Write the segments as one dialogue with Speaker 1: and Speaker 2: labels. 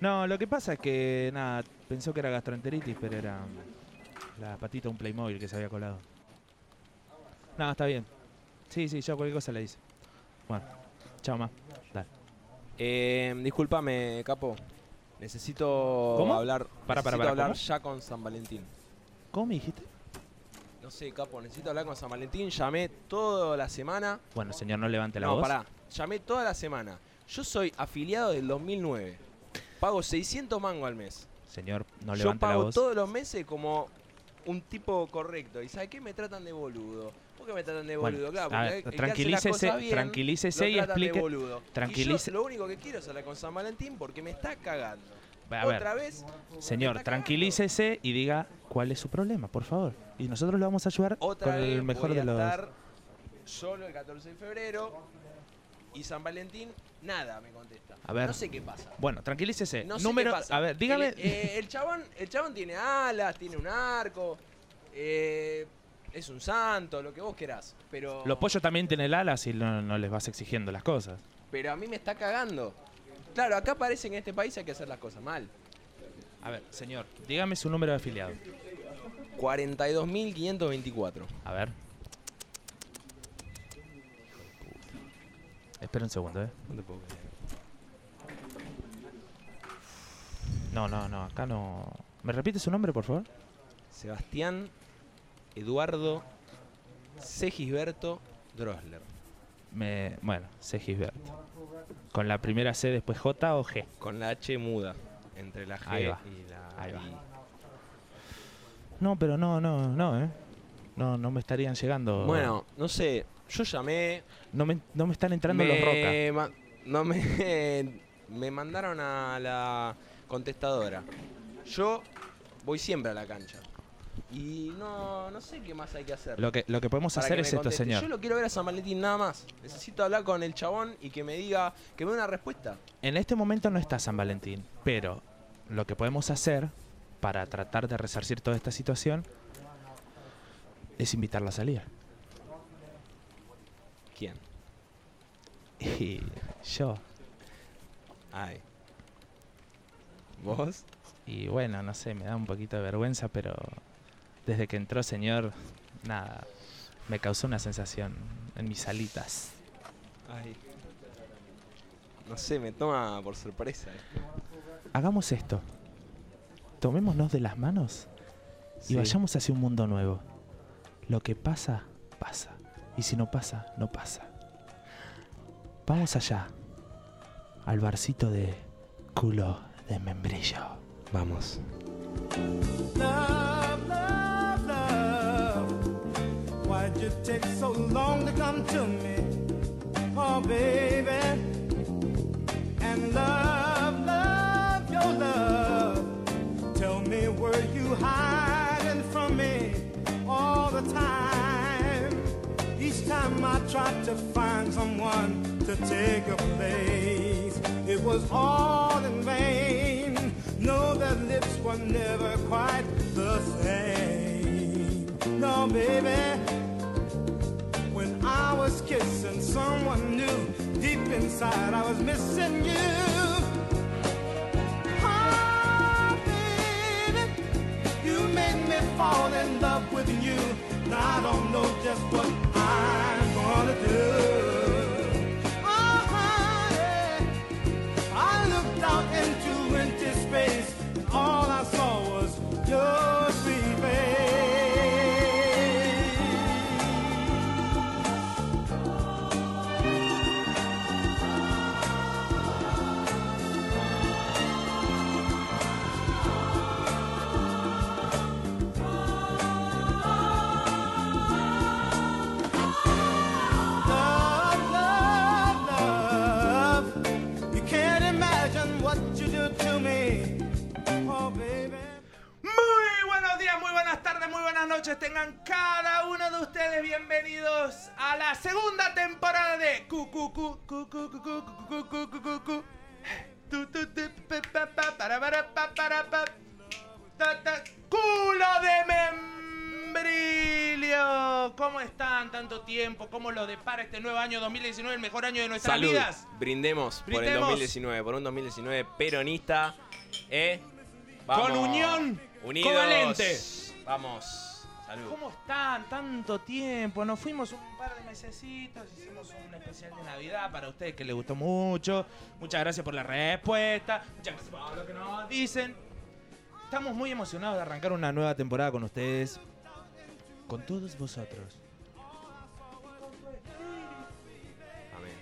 Speaker 1: No, lo que pasa es que, nada, pensó que era gastroenteritis, pero era um, la patita de un Playmobil que se había colado. No, está bien. Sí, sí, yo cualquier cosa le dice. Bueno, chao, ma. Dale.
Speaker 2: Eh, discúlpame, capo. Necesito
Speaker 1: ¿Cómo?
Speaker 2: hablar,
Speaker 1: Pará, pará,
Speaker 2: necesito
Speaker 1: pará,
Speaker 2: hablar
Speaker 1: ¿cómo?
Speaker 2: ya con San Valentín.
Speaker 1: ¿Cómo me dijiste?
Speaker 2: No sé, capo, necesito hablar con San Valentín. Llamé toda la semana.
Speaker 1: Bueno, señor, no levante la
Speaker 2: no,
Speaker 1: voz.
Speaker 2: pará. Llamé toda la semana. Yo soy afiliado del 2009. Pago 600 mango al mes.
Speaker 1: Señor, no
Speaker 2: Yo
Speaker 1: levante la
Speaker 2: pago
Speaker 1: voz.
Speaker 2: todos los meses como un tipo correcto. ¿Y sabe qué? Me tratan de boludo. ¿Por qué me tratan de
Speaker 1: Bueno,
Speaker 2: boludo? claro,
Speaker 1: a
Speaker 2: porque
Speaker 1: ver,
Speaker 2: el que hace las
Speaker 1: tranquilícese-
Speaker 2: cosas bien,
Speaker 1: tranquilícese
Speaker 2: lo
Speaker 1: y
Speaker 2: tratan de
Speaker 1: explique-
Speaker 2: boludo. Y yo
Speaker 1: tranquilice-
Speaker 2: lo único que quiero es hablar con San Valentín porque me está cagando.
Speaker 1: A ver,
Speaker 2: Otra vez. me
Speaker 1: señor,
Speaker 2: está
Speaker 1: tranquilícese y diga cuál es su problema, por favor. Y nosotros lo vamos a ayudar
Speaker 2: Otra
Speaker 1: con
Speaker 2: vez
Speaker 1: el mejor
Speaker 2: voy
Speaker 1: de
Speaker 2: a
Speaker 1: los.
Speaker 2: estar solo el 14 de febrero y San Valentín nada me contesta.
Speaker 1: A ver.
Speaker 2: No sé qué pasa.
Speaker 1: Bueno, tranquilícese.
Speaker 2: No sé
Speaker 1: Número,
Speaker 2: qué pasa.
Speaker 1: a ver, dígame.
Speaker 2: El, eh, el chabón, el chabón tiene alas, tiene un arco, eh, es un santo, lo que vos querás. Pero,
Speaker 1: Los pollos también tienen alas y no, no les vas exigiendo las cosas.
Speaker 2: pero a mí me está cagando. Claro, acá parece que en este país hay que hacer las cosas mal.
Speaker 1: A ver, señor, dígame su número de afiliado.
Speaker 2: 42.524.
Speaker 1: A ver. Espera un segundo, ¿eh? No, no, no, acá no. ¿Me repite su nombre, por favor?
Speaker 2: Sebastián Eduardo Segisberto Drosler.
Speaker 1: Me, bueno, Segisbert. ¿Con la primera C después J o G?
Speaker 2: Con la H muda. Entre la G
Speaker 1: Ahí va.
Speaker 2: y la
Speaker 1: Ahí va.
Speaker 2: I.
Speaker 1: No, pero no, no, no, ¿eh? No, no me estarían llegando.
Speaker 2: Bueno, no sé. Yo llamé.
Speaker 1: No me, no me están entrando los rocas.
Speaker 2: me ma- no me. Me mandaron a la contestadora. Yo voy siempre a la cancha. Y no, no sé qué más hay que hacer.
Speaker 1: Lo que, lo que podemos
Speaker 2: para
Speaker 1: hacer
Speaker 2: que
Speaker 1: es
Speaker 2: me
Speaker 1: esto,
Speaker 2: conteste.
Speaker 1: señor.
Speaker 2: Yo lo quiero ver a San Valentín nada más. Necesito hablar con el chabón y que me diga, que me dé una respuesta.
Speaker 1: En este momento no está San Valentín, pero lo que podemos hacer para tratar de resarcir toda esta situación es invitarla a salir.
Speaker 2: ¿Quién?
Speaker 1: Y yo,
Speaker 2: Ay. ¿Vos?
Speaker 1: y bueno, no sé, me da un poquito de vergüenza, pero desde que entró señor, nada, me causó una sensación en mis alitas.
Speaker 2: Ay. No sé, me toma por sorpresa.
Speaker 1: Hagamos esto. Tomémonos de las manos y vayamos hacia un mundo nuevo. Lo que pasa, pasa. Y si no pasa, no pasa. Vamos allá. Al barcito de culo de membrillo.
Speaker 2: Vamos.
Speaker 3: Love, love, love. Why'd you take so long to come to me? Oh, baby. And love, love, your love. Tell me, were you hiding from me all the time? Each time I tried to find someone to take a place, it was all in vain. No, their lips were never quite the same. No, baby. When I was kissing someone new, deep inside I was missing you. Oh, baby, you made me fall in love with you. And I don't know just what I'm gonna do. Oh, honey, Uh-huh. I looked out into empty space, and all I saw was your sweet face. Love, love, love. You can't imagine what you do to me. Oh, baby.
Speaker 4: Muy buenos días, muy buenas tardes, muy buenas noches. Tengan cada uno de ustedes bienvenidos a la segunda temporada de Cu, cu, cu, cu, cu, cu, cu, cu, cu, cu, cu, cu, cu. Tu, tu, tu, pa, pa, pa, para, para, pa, para, pa. Ta, ta. Culo de membrillo. ¿Cómo están? Tanto tiempo. ¿Cómo lo depara este nuevo año 2019, el mejor año de nuestras
Speaker 2: Salud.
Speaker 4: vidas?
Speaker 2: Brindemos, por el
Speaker 4: Brindemos.
Speaker 2: 2019, por un 2019 peronista, ¿Eh?
Speaker 4: Con unión,
Speaker 2: Unidos.
Speaker 4: covalente.
Speaker 2: Vamos. Salud.
Speaker 1: ¿Cómo están? Tanto tiempo. Nos fuimos un par de mesecitos, hicimos un especial de Navidad para ustedes que les gustó mucho. Muchas gracias por la respuesta. Muchas gracias por lo que nos dicen. Estamos muy emocionados de arrancar una nueva temporada con ustedes. Con todos vosotros.
Speaker 2: Amén.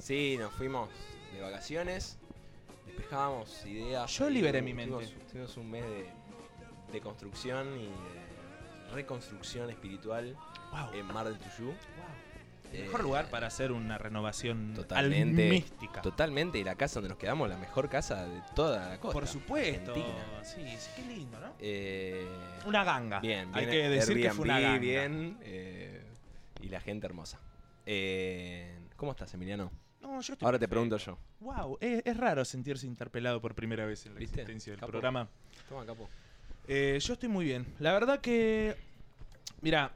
Speaker 2: Sí, nos fuimos de vacaciones, despejábamos ideas.
Speaker 1: Yo liberé mi
Speaker 2: Tuvimos-
Speaker 1: mente.
Speaker 2: Tuvimos un mes de, de construcción y de reconstrucción espiritual
Speaker 1: Wow.
Speaker 2: en Mar del Tuyú.
Speaker 1: El mejor
Speaker 2: Eh,
Speaker 1: lugar para hacer una renovación
Speaker 2: Totalmente.
Speaker 1: almística.
Speaker 2: Totalmente, y la casa donde nos quedamos, la mejor casa de toda la costa.
Speaker 1: Por supuesto.
Speaker 2: Argentina.
Speaker 1: Sí, sí, qué lindo, ¿no?
Speaker 2: Eh,
Speaker 1: Una ganga.
Speaker 2: bien,
Speaker 1: Hay
Speaker 2: bien,
Speaker 1: que decir que fue una
Speaker 2: Airbnb,
Speaker 1: ganga.
Speaker 2: bien. eh, y la gente hermosa. Eh, ¿Cómo estás, Emiliano?
Speaker 1: No, yo estoy
Speaker 2: Ahora te pregunto yo.
Speaker 1: Wow, eh, es, es raro sentirse interpelado por primera vez en la
Speaker 2: ¿Viste?
Speaker 1: existencia del
Speaker 2: Capo.
Speaker 1: programa.
Speaker 2: Toma, capo.
Speaker 1: Eh, yo estoy muy bien. La verdad que. Mira,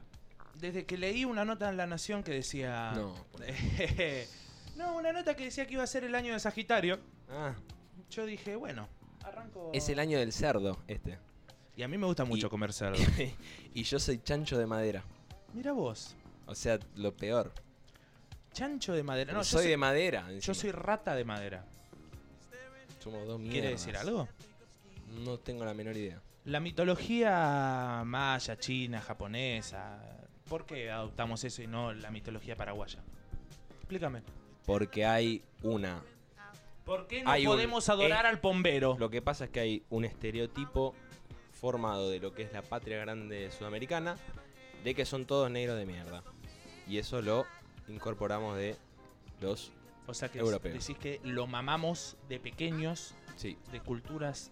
Speaker 1: desde que leí una nota en La Nación que decía.
Speaker 2: Ah. No.
Speaker 1: no, una nota que decía que iba a ser el año de Sagitario.
Speaker 2: Ah,
Speaker 1: Yo dije, bueno, arranco.
Speaker 2: es el año del cerdo, este.
Speaker 1: Y a mí me gusta mucho
Speaker 2: Y-
Speaker 1: comer cerdo.
Speaker 2: y yo soy chancho de madera.
Speaker 1: Mira vos,
Speaker 2: O sea, lo peor.
Speaker 1: chancho de madera.
Speaker 2: Pero
Speaker 1: No,
Speaker 2: soy
Speaker 1: yo,
Speaker 2: de madera.
Speaker 1: soy, yo
Speaker 2: encima.
Speaker 1: soy rata de madera.
Speaker 2: Somos dos
Speaker 1: ¿Quiere
Speaker 2: mierdas.
Speaker 1: decir algo?
Speaker 2: No tengo la menor idea.
Speaker 1: La mitología maya, china, japonesa. ¿Por qué adoptamos eso y no la mitología paraguaya? Explícame.
Speaker 2: Porque hay una.
Speaker 1: ¿Por qué no
Speaker 2: Hay un-
Speaker 1: podemos adorar
Speaker 2: eh,
Speaker 1: al bombero?
Speaker 2: Lo que pasa es que hay un estereotipo formado de lo que es la patria grande sudamericana, de que son todos negros de mierda. Y eso lo incorporamos de los.
Speaker 1: O sea que
Speaker 2: europeo.
Speaker 1: decís que lo mamamos de pequeños,
Speaker 2: Sí.
Speaker 1: de culturas.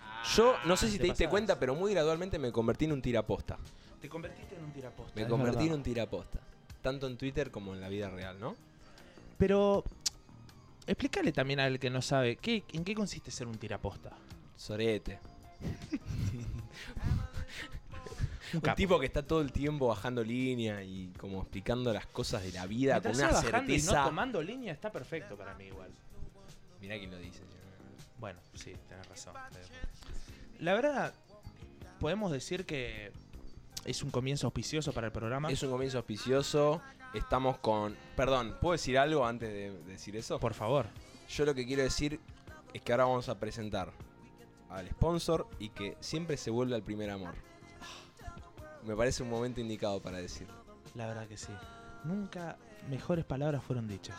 Speaker 2: Ah, Yo no
Speaker 1: Ah,
Speaker 2: sé si te diste
Speaker 1: antepasadas.
Speaker 2: cuenta, pero muy gradualmente me convertí en un tiraposta.
Speaker 1: Te convertiste en un tiraposta.
Speaker 2: Me
Speaker 1: es
Speaker 2: convertí en
Speaker 1: verdad.
Speaker 2: un tiraposta. Tanto en Twitter como en la vida real, ¿no?
Speaker 1: Pero. Explícale también al que no sabe, ¿qué, ¿en qué consiste ser un tiraposta?
Speaker 2: Sorete.
Speaker 1: Un
Speaker 2: Un
Speaker 1: capo.
Speaker 2: tipo que está todo el tiempo bajando línea y como explicando las cosas de la vida
Speaker 1: Mientras
Speaker 2: con
Speaker 1: sea
Speaker 2: una
Speaker 1: bajando y no
Speaker 2: certeza.
Speaker 1: tomando línea está perfecto para mí igual.
Speaker 2: Mirá quién lo dice.
Speaker 1: Bueno, sí, tenés razón. tenés razón. La verdad, podemos decir que es un comienzo auspicioso para el programa.
Speaker 2: Es un comienzo auspicioso. Estamos con. Perdón, ¿puedo decir algo antes de decir eso?
Speaker 1: Por favor.
Speaker 2: Yo lo que quiero decir es que ahora vamos a presentar al sponsor y que siempre se vuelve al primer amor. Me parece un momento indicado para decirlo.
Speaker 1: La verdad que sí. Nunca mejores palabras fueron dichas.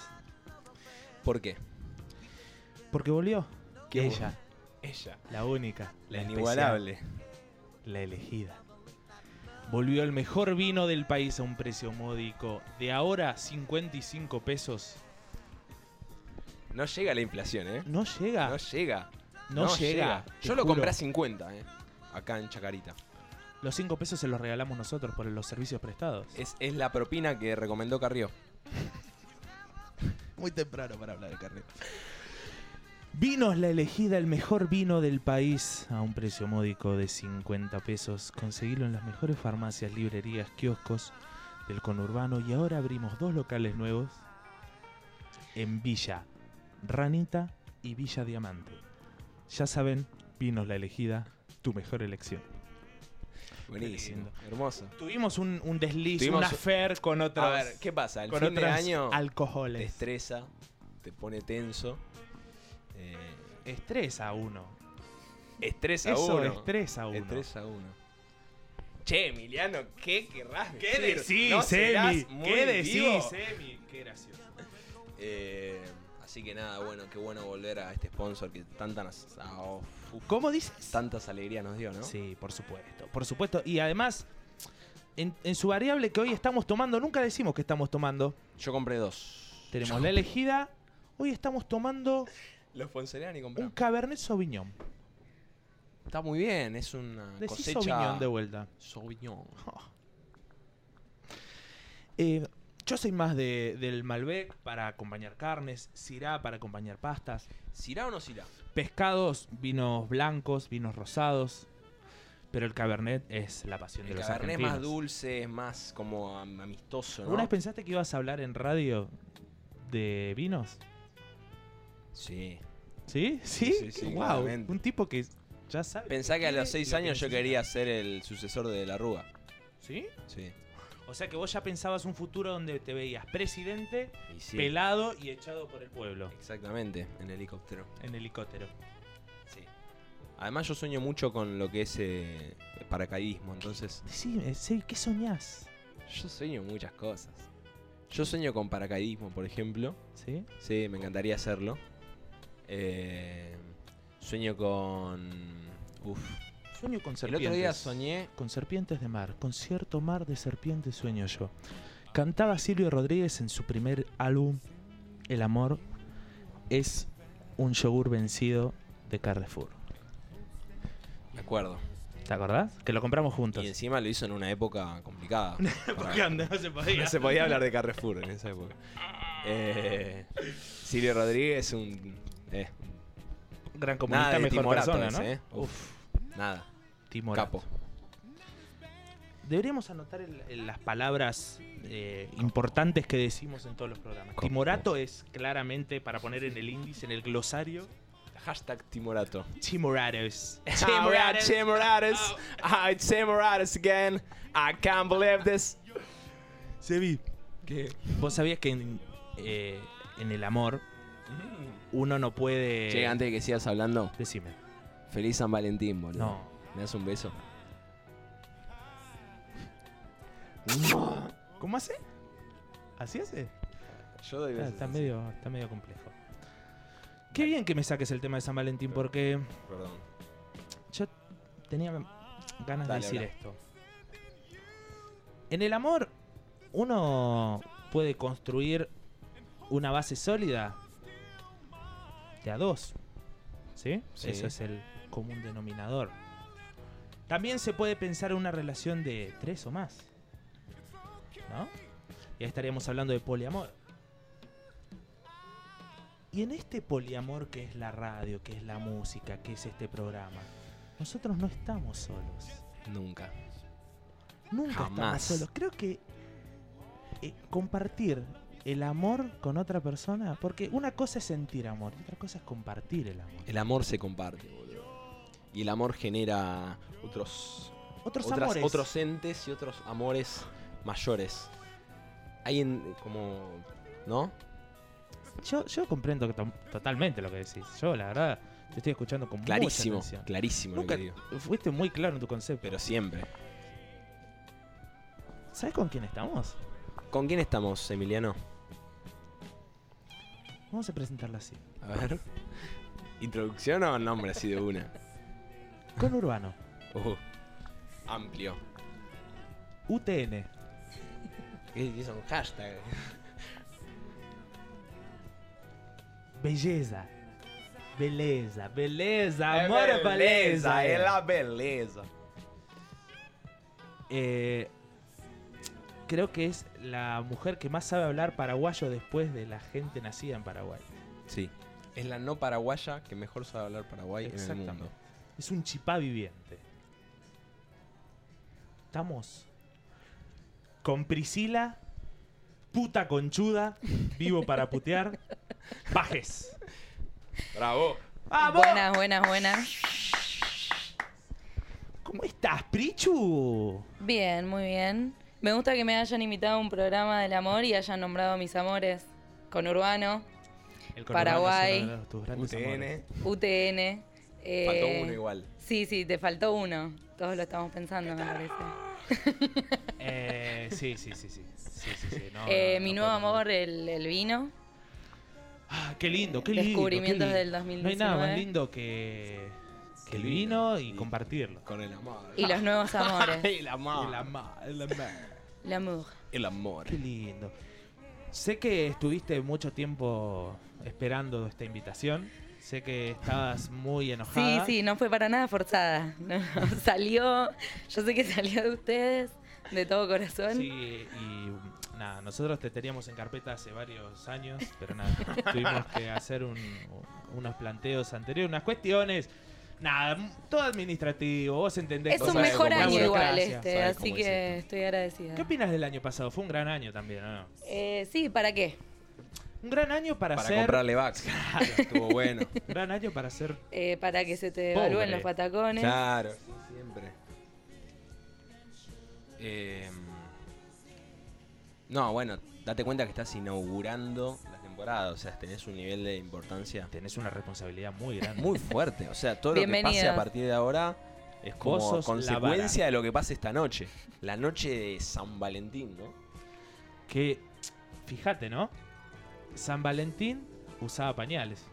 Speaker 2: ¿Por qué?
Speaker 1: Porque volvió.
Speaker 2: ¿Qué
Speaker 1: Ella,
Speaker 2: Ella.
Speaker 1: la única, la,
Speaker 2: La
Speaker 1: especial,
Speaker 2: inigualable.
Speaker 1: la elegida. Volvió el mejor vino del país a un precio módico de ahora 55 pesos.
Speaker 2: No llega la inflación, ¿eh?
Speaker 1: No llega,
Speaker 2: No
Speaker 1: Ah. no,
Speaker 2: llega.
Speaker 1: llega. te
Speaker 2: Yo lo
Speaker 1: juro.
Speaker 2: compré a 50, ¿eh? Acá en Chacarita.
Speaker 1: Los 5 pesos se los regalamos nosotros por los servicios prestados.
Speaker 2: Es, es la propina que recomendó Carrió.
Speaker 1: Muy temprano para hablar de carne. Vinos La Elegida, el mejor vino del país, a un precio módico de 50 pesos. Conseguilo en las mejores farmacias, librerías, kioscos del conurbano. Y ahora abrimos dos locales nuevos en Villa Ranita y Villa Diamante. Ya saben, Vinos La Elegida, tu mejor elección.
Speaker 2: Buenísimo.
Speaker 1: lindo.
Speaker 2: Hermoso.
Speaker 1: Tuvimos un, un desliz,
Speaker 2: Tuvimos
Speaker 1: un
Speaker 2: un-
Speaker 1: affair con otras,
Speaker 2: A ver, ¿qué pasa? El
Speaker 1: Ah, con
Speaker 2: fin de
Speaker 1: otras
Speaker 2: año te
Speaker 1: alcoholes.
Speaker 2: estresa, te pone tenso. eh,
Speaker 1: Estresa a uno.
Speaker 2: estresa a
Speaker 1: Eso
Speaker 2: uno.
Speaker 1: estresa a uno.
Speaker 2: Estresa a uno. Che, Emiliano, ¿qué querrás
Speaker 1: ¿Qué
Speaker 2: decir?
Speaker 1: decís,
Speaker 2: ¿No serás
Speaker 1: Emi?
Speaker 2: muy
Speaker 1: ¿Qué decís,
Speaker 2: vivo?
Speaker 1: Emi? Qué gracioso.
Speaker 2: Eh, así que nada, bueno, qué bueno volver a este sponsor que tantas, ah, oh, uf,
Speaker 1: ¿Cómo dices?
Speaker 2: tantas alegrías nos dio, ¿no?
Speaker 1: Sí, por supuesto, por supuesto. Y además, en, en su variable que hoy estamos tomando, nunca decimos que estamos tomando.
Speaker 2: Yo compré dos.
Speaker 1: Tenemos la elegida. Hoy estamos tomando
Speaker 2: Los sponsorean y
Speaker 1: un
Speaker 2: compraron.
Speaker 1: Cabernet Sauvignon.
Speaker 2: Uh, Está muy bien, es una
Speaker 1: Decís
Speaker 2: cosecha.
Speaker 1: Sauvignon de vuelta.
Speaker 2: Sauvignon.
Speaker 1: Eh, yo soy más de- del Malbec para acompañar carnes, Syrah para acompañar pastas,
Speaker 2: ¿Sirá o no sirá?
Speaker 1: pescados, vinos blancos, vinos rosados. Pero el Cabernet es la pasión
Speaker 2: El
Speaker 1: de los
Speaker 2: cabernet es
Speaker 1: argentinos.
Speaker 2: más dulce, es más como am- amistoso,
Speaker 1: ¿Alguna
Speaker 2: ¿no?
Speaker 1: vez pensaste que ibas a hablar en radio de vinos?
Speaker 2: Sí.
Speaker 1: ¿Sí? ¿Sí?
Speaker 2: Sí, sí, sí,
Speaker 1: wow.
Speaker 2: claramente.
Speaker 1: Un tipo que ya sabe.
Speaker 2: Pensá que a los seis
Speaker 1: Lo que
Speaker 2: años yo
Speaker 1: necesita.
Speaker 2: quería ser el sucesor de la Rúa.
Speaker 1: ¿Sí?
Speaker 2: Sí.
Speaker 1: O sea que vos ya pensabas un futuro donde te veías presidente,
Speaker 2: Y sí.
Speaker 1: pelado y echado por el pueblo.
Speaker 2: Exactamente, en helicóptero.
Speaker 1: En helicóptero.
Speaker 2: Sí. Además yo sueño mucho con lo que es eh, paracaidismo, entonces
Speaker 1: Sí, ¿qué soñás?
Speaker 2: yo sueño muchas cosas. Yo sueño con paracaidismo, por ejemplo.
Speaker 1: ¿Sí?
Speaker 2: Sí, me encantaría hacerlo. Eh, sueño con... Uf.
Speaker 1: Sueño con
Speaker 2: El
Speaker 1: serpientes.
Speaker 2: otro día soñé...
Speaker 1: Con serpientes de mar, con cierto mar de serpientes sueño yo. Cantaba Silvio Rodríguez en su primer álbum, El amor es un yogur vencido de Carrefour.
Speaker 2: Me acuerdo.
Speaker 1: ¿Te acordás? Que lo compramos juntos.
Speaker 2: Y encima lo hizo en una época complicada. Para-
Speaker 1: no se podía.
Speaker 2: No se podía hablar de Carrefour en esa época. Eh, Silvio Rodríguez, un. eh,
Speaker 1: Gran comunista,
Speaker 2: nada de
Speaker 1: mejor
Speaker 2: timorato
Speaker 1: persona, ¿no?
Speaker 2: ese, eh.
Speaker 1: Uf,
Speaker 2: nada.
Speaker 1: timorato.
Speaker 2: Capo.
Speaker 1: Deberíamos anotar el- el- las palabras eh, importantes que decimos en todos los programas.
Speaker 2: Capo.
Speaker 1: Timorato es claramente para poner en el índice, en el glosario.
Speaker 2: Hashtag Timorato.
Speaker 1: Timorato es.
Speaker 2: Timorato. Timoratos. I Timoratos again. I can't believe this.
Speaker 1: Sebi, vos sabías que en, eh, en el amor uno no puede.
Speaker 2: Che, antes de que sigas hablando,
Speaker 1: Decime.
Speaker 2: feliz San Valentín, boludo.
Speaker 1: No.
Speaker 2: ¿Me das un beso?
Speaker 1: ¿Cómo hace? ¿Así hace?
Speaker 2: Yo doy
Speaker 1: Está, está medio, está medio complejo. Qué bien que me saques el tema de San Valentín porque
Speaker 2: Perdón.
Speaker 1: yo tenía ganas
Speaker 2: Dale,
Speaker 1: de decir
Speaker 2: habla.
Speaker 1: esto. En el amor uno puede construir una base sólida de a dos. ¿Sí?
Speaker 2: Sí.
Speaker 1: Eso es el común denominador. También se puede pensar en una relación de tres o más. ¿No? Y ahí estaríamos hablando de poliamor. Y en este poliamor que es la radio, que es la música, que es este programa, nosotros no estamos solos.
Speaker 2: Nunca.
Speaker 1: Nunca
Speaker 2: Jamás.
Speaker 1: estamos solos. Creo que eh, compartir el amor con otra persona, porque una cosa es sentir amor, y otra cosa es compartir el amor.
Speaker 2: El amor se comparte, boludo. Y el amor genera otros
Speaker 1: Otros
Speaker 2: otras-
Speaker 1: amores.
Speaker 2: otros entes y otros amores mayores. Hay en, como. ¿No?
Speaker 1: Yo, yo comprendo que tam- totalmente lo que decís. Yo, la verdad, te estoy escuchando con
Speaker 2: Clarísimo.
Speaker 1: mucha atención.
Speaker 2: Clarísimo
Speaker 1: Nunca
Speaker 2: lo que digo.
Speaker 1: fuiste muy claro en tu concepto.
Speaker 2: Pero siempre.
Speaker 1: ¿Sabes con quién estamos?
Speaker 2: ¿Con quién estamos, Emiliano?
Speaker 1: Vamos a presentarla así.
Speaker 2: A ver. ¿Introducción o nombre así de una?
Speaker 1: Con Urbano,
Speaker 2: Uh, amplio.
Speaker 1: UTN,
Speaker 2: Es un hashtag.
Speaker 1: belleza, belleza, belleza, amor, belleza.
Speaker 2: belleza.
Speaker 1: Eh, creo que es la mujer que más sabe hablar paraguayo después de la gente nacida en Paraguay.
Speaker 2: Sí. Es la no paraguaya que mejor sabe hablar Paraguay en el
Speaker 1: Exactamente.
Speaker 2: mundo.
Speaker 1: Es un chipá viviente. Estamos con Priscila, puta conchuda, vivo para putear, Pajes.
Speaker 2: ¡Bravo!
Speaker 5: Buenas, buenas, buenas.
Speaker 1: ¿Cómo estás, Prichu?
Speaker 5: Bien, muy bien. Me gusta que me hayan invitado a un programa del amor y hayan nombrado a mis amores. Con Urbano,
Speaker 1: El conurbano
Speaker 5: Paraguay.
Speaker 1: es uno de tus grandes amores.
Speaker 2: UTN.
Speaker 5: UTN. eh,
Speaker 2: Faltó uno igual.
Speaker 5: Sí, sí, te faltó uno. Todos lo estamos pensando, me parece.
Speaker 1: Eh, sí, sí, sí, sí. Sí, sí, sí, no,
Speaker 5: Eh,
Speaker 1: no,
Speaker 5: mi
Speaker 1: no
Speaker 5: nuevo
Speaker 1: podemos.
Speaker 5: amor, el, el vino.
Speaker 1: Ah, qué lindo, qué lindo. qué
Speaker 5: Descubrimientos
Speaker 1: lindo.
Speaker 5: del
Speaker 1: No hay nada más
Speaker 5: 2019.
Speaker 1: lindo que, que el
Speaker 2: Sí,
Speaker 1: vino y
Speaker 2: sí.
Speaker 1: compartirlo.
Speaker 2: Con el amor.
Speaker 5: Y los nuevos amores.
Speaker 2: El amor.
Speaker 1: El ama- el ama-
Speaker 5: La amor.
Speaker 2: El amor.
Speaker 1: Qué lindo. Sé que estuviste mucho tiempo esperando esta invitación. Sé que estabas muy
Speaker 5: Sí,
Speaker 1: enojada.
Speaker 5: sí, no fue para nada forzada. No, no, salió, yo sé que salió de ustedes, de todo corazón.
Speaker 1: Sí, y mm, nada, nosotros te teníamos en carpeta hace varios años, pero nada, tuvimos que hacer un- u- unos planteos anteriores, unas cuestiones. Nada, m- todo administrativo, vos entendés.
Speaker 5: Es
Speaker 1: cómo
Speaker 5: un
Speaker 2: sabés
Speaker 5: mejor
Speaker 2: cómo es
Speaker 5: año
Speaker 2: la
Speaker 5: igual
Speaker 1: burocracia.
Speaker 5: este,
Speaker 2: Sabés
Speaker 5: así
Speaker 2: cómo
Speaker 5: que
Speaker 2: es esto.
Speaker 5: estoy agradecida.
Speaker 1: ¿Qué opinas del año pasado? Fue un gran año también, ¿o ¿no?
Speaker 5: Eh, sí, ¿para qué?
Speaker 1: Un gran año para,
Speaker 2: Para
Speaker 1: ser.
Speaker 2: comprarle Vax. Estuvo bueno.
Speaker 1: Gran año para ser.
Speaker 5: Eh, para que se te
Speaker 1: Pobre.
Speaker 5: evalúen los patacones.
Speaker 2: Claro, siempre. Eh, no, bueno, date cuenta que estás inaugurando la temporada, o sea, tenés un nivel de importancia
Speaker 1: Tenés una responsabilidad muy grande.
Speaker 2: muy fuerte, o sea, todo lo que pase
Speaker 5: Bienvenido.
Speaker 2: a partir de ahora es como
Speaker 1: Vos sos la
Speaker 2: consecuencia
Speaker 1: vara.
Speaker 2: de lo que pase esta noche, la noche de San Valentín, ¿no?
Speaker 1: Que. Fíjate, ¿no? San Valentín usaba pañales.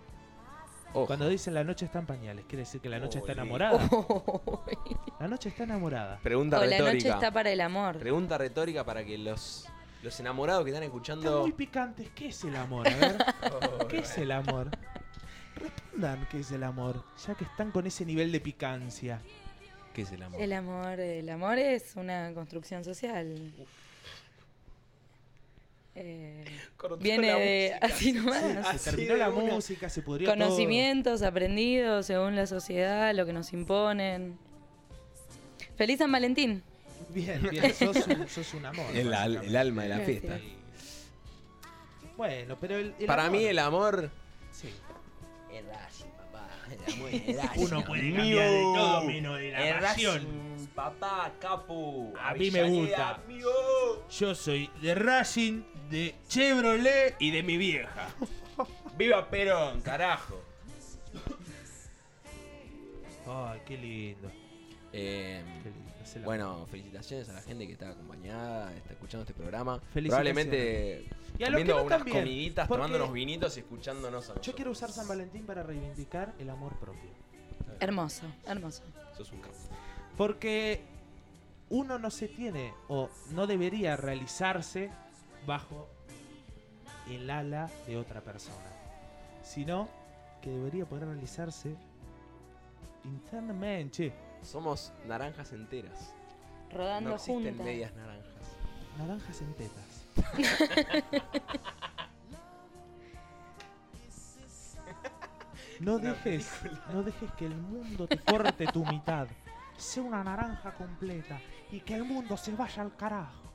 Speaker 2: Ojo.
Speaker 1: Cuando dicen la noche está en pañales, quiere decir que la noche está
Speaker 2: Ole.
Speaker 1: enamorada. La noche está enamorada.
Speaker 2: Pregunta
Speaker 5: o la noche
Speaker 2: retórica.
Speaker 5: está para el amor.
Speaker 2: Pregunta retórica para que los, los enamorados que están
Speaker 1: Están
Speaker 2: escuchando
Speaker 1: muy picantes. ¿Qué es el amor? A ver. ¿Qué es el amor? Respondan qué es el amor, ya que están con ese nivel de picancia.
Speaker 2: ¿Qué es el amor?
Speaker 5: El amor, el amor es una construcción social. Eh, viene de así nomás.
Speaker 1: Se terminó la música, se pudrió todo.
Speaker 5: Conocimientos aprendidos según la sociedad, lo que nos imponen. Feliz San Valentín.
Speaker 1: Bien, bien, sos un, sos un amor.
Speaker 2: El, al- el alma de la
Speaker 5: Gracias.
Speaker 2: fiesta.
Speaker 1: Bueno, pero el, el
Speaker 2: Para
Speaker 1: amor-
Speaker 2: mí el amor...
Speaker 1: Sí.
Speaker 2: El Racing, papá. El amor es Racing.
Speaker 1: Uno puede cambiar de todo menos de la
Speaker 2: El
Speaker 1: pasión.
Speaker 2: Racing, papá, capo.
Speaker 1: A mí me
Speaker 2: Avellaneda,
Speaker 1: gusta.
Speaker 2: amigo.
Speaker 1: Yo soy de Racing, de Chevrolet y de mi vieja.
Speaker 2: Viva Perón, carajo.
Speaker 1: Ay, qué lindo.
Speaker 2: Eh,
Speaker 1: Qué lindo. es el amor.
Speaker 2: bueno, felicitaciones a la gente que está acompañada, está escuchando este programa.
Speaker 1: Felicitaciones.
Speaker 2: Probablemente
Speaker 1: Y a los que
Speaker 2: comiendo
Speaker 1: no
Speaker 2: unas
Speaker 1: también,
Speaker 2: comiditas,
Speaker 1: porque
Speaker 2: tomando unos vinitos y escuchándonos a nosotros.
Speaker 1: Yo quiero usar San Valentín para reivindicar el amor propio.
Speaker 5: Hermoso, hermoso.
Speaker 2: Sos un capo.
Speaker 1: Porque uno no se tiene o no debería realizarse bajo el ala de otra persona, sino que debería poder realizarse internamente.
Speaker 2: Somos naranjas enteras.
Speaker 5: Rodando
Speaker 2: no existen
Speaker 5: juntas.
Speaker 2: medias naranjas.
Speaker 1: Naranjas en tetas. No dejes, no dejes que el mundo te corte tu mitad. Sé una naranja completa y que el mundo se vaya al carajo.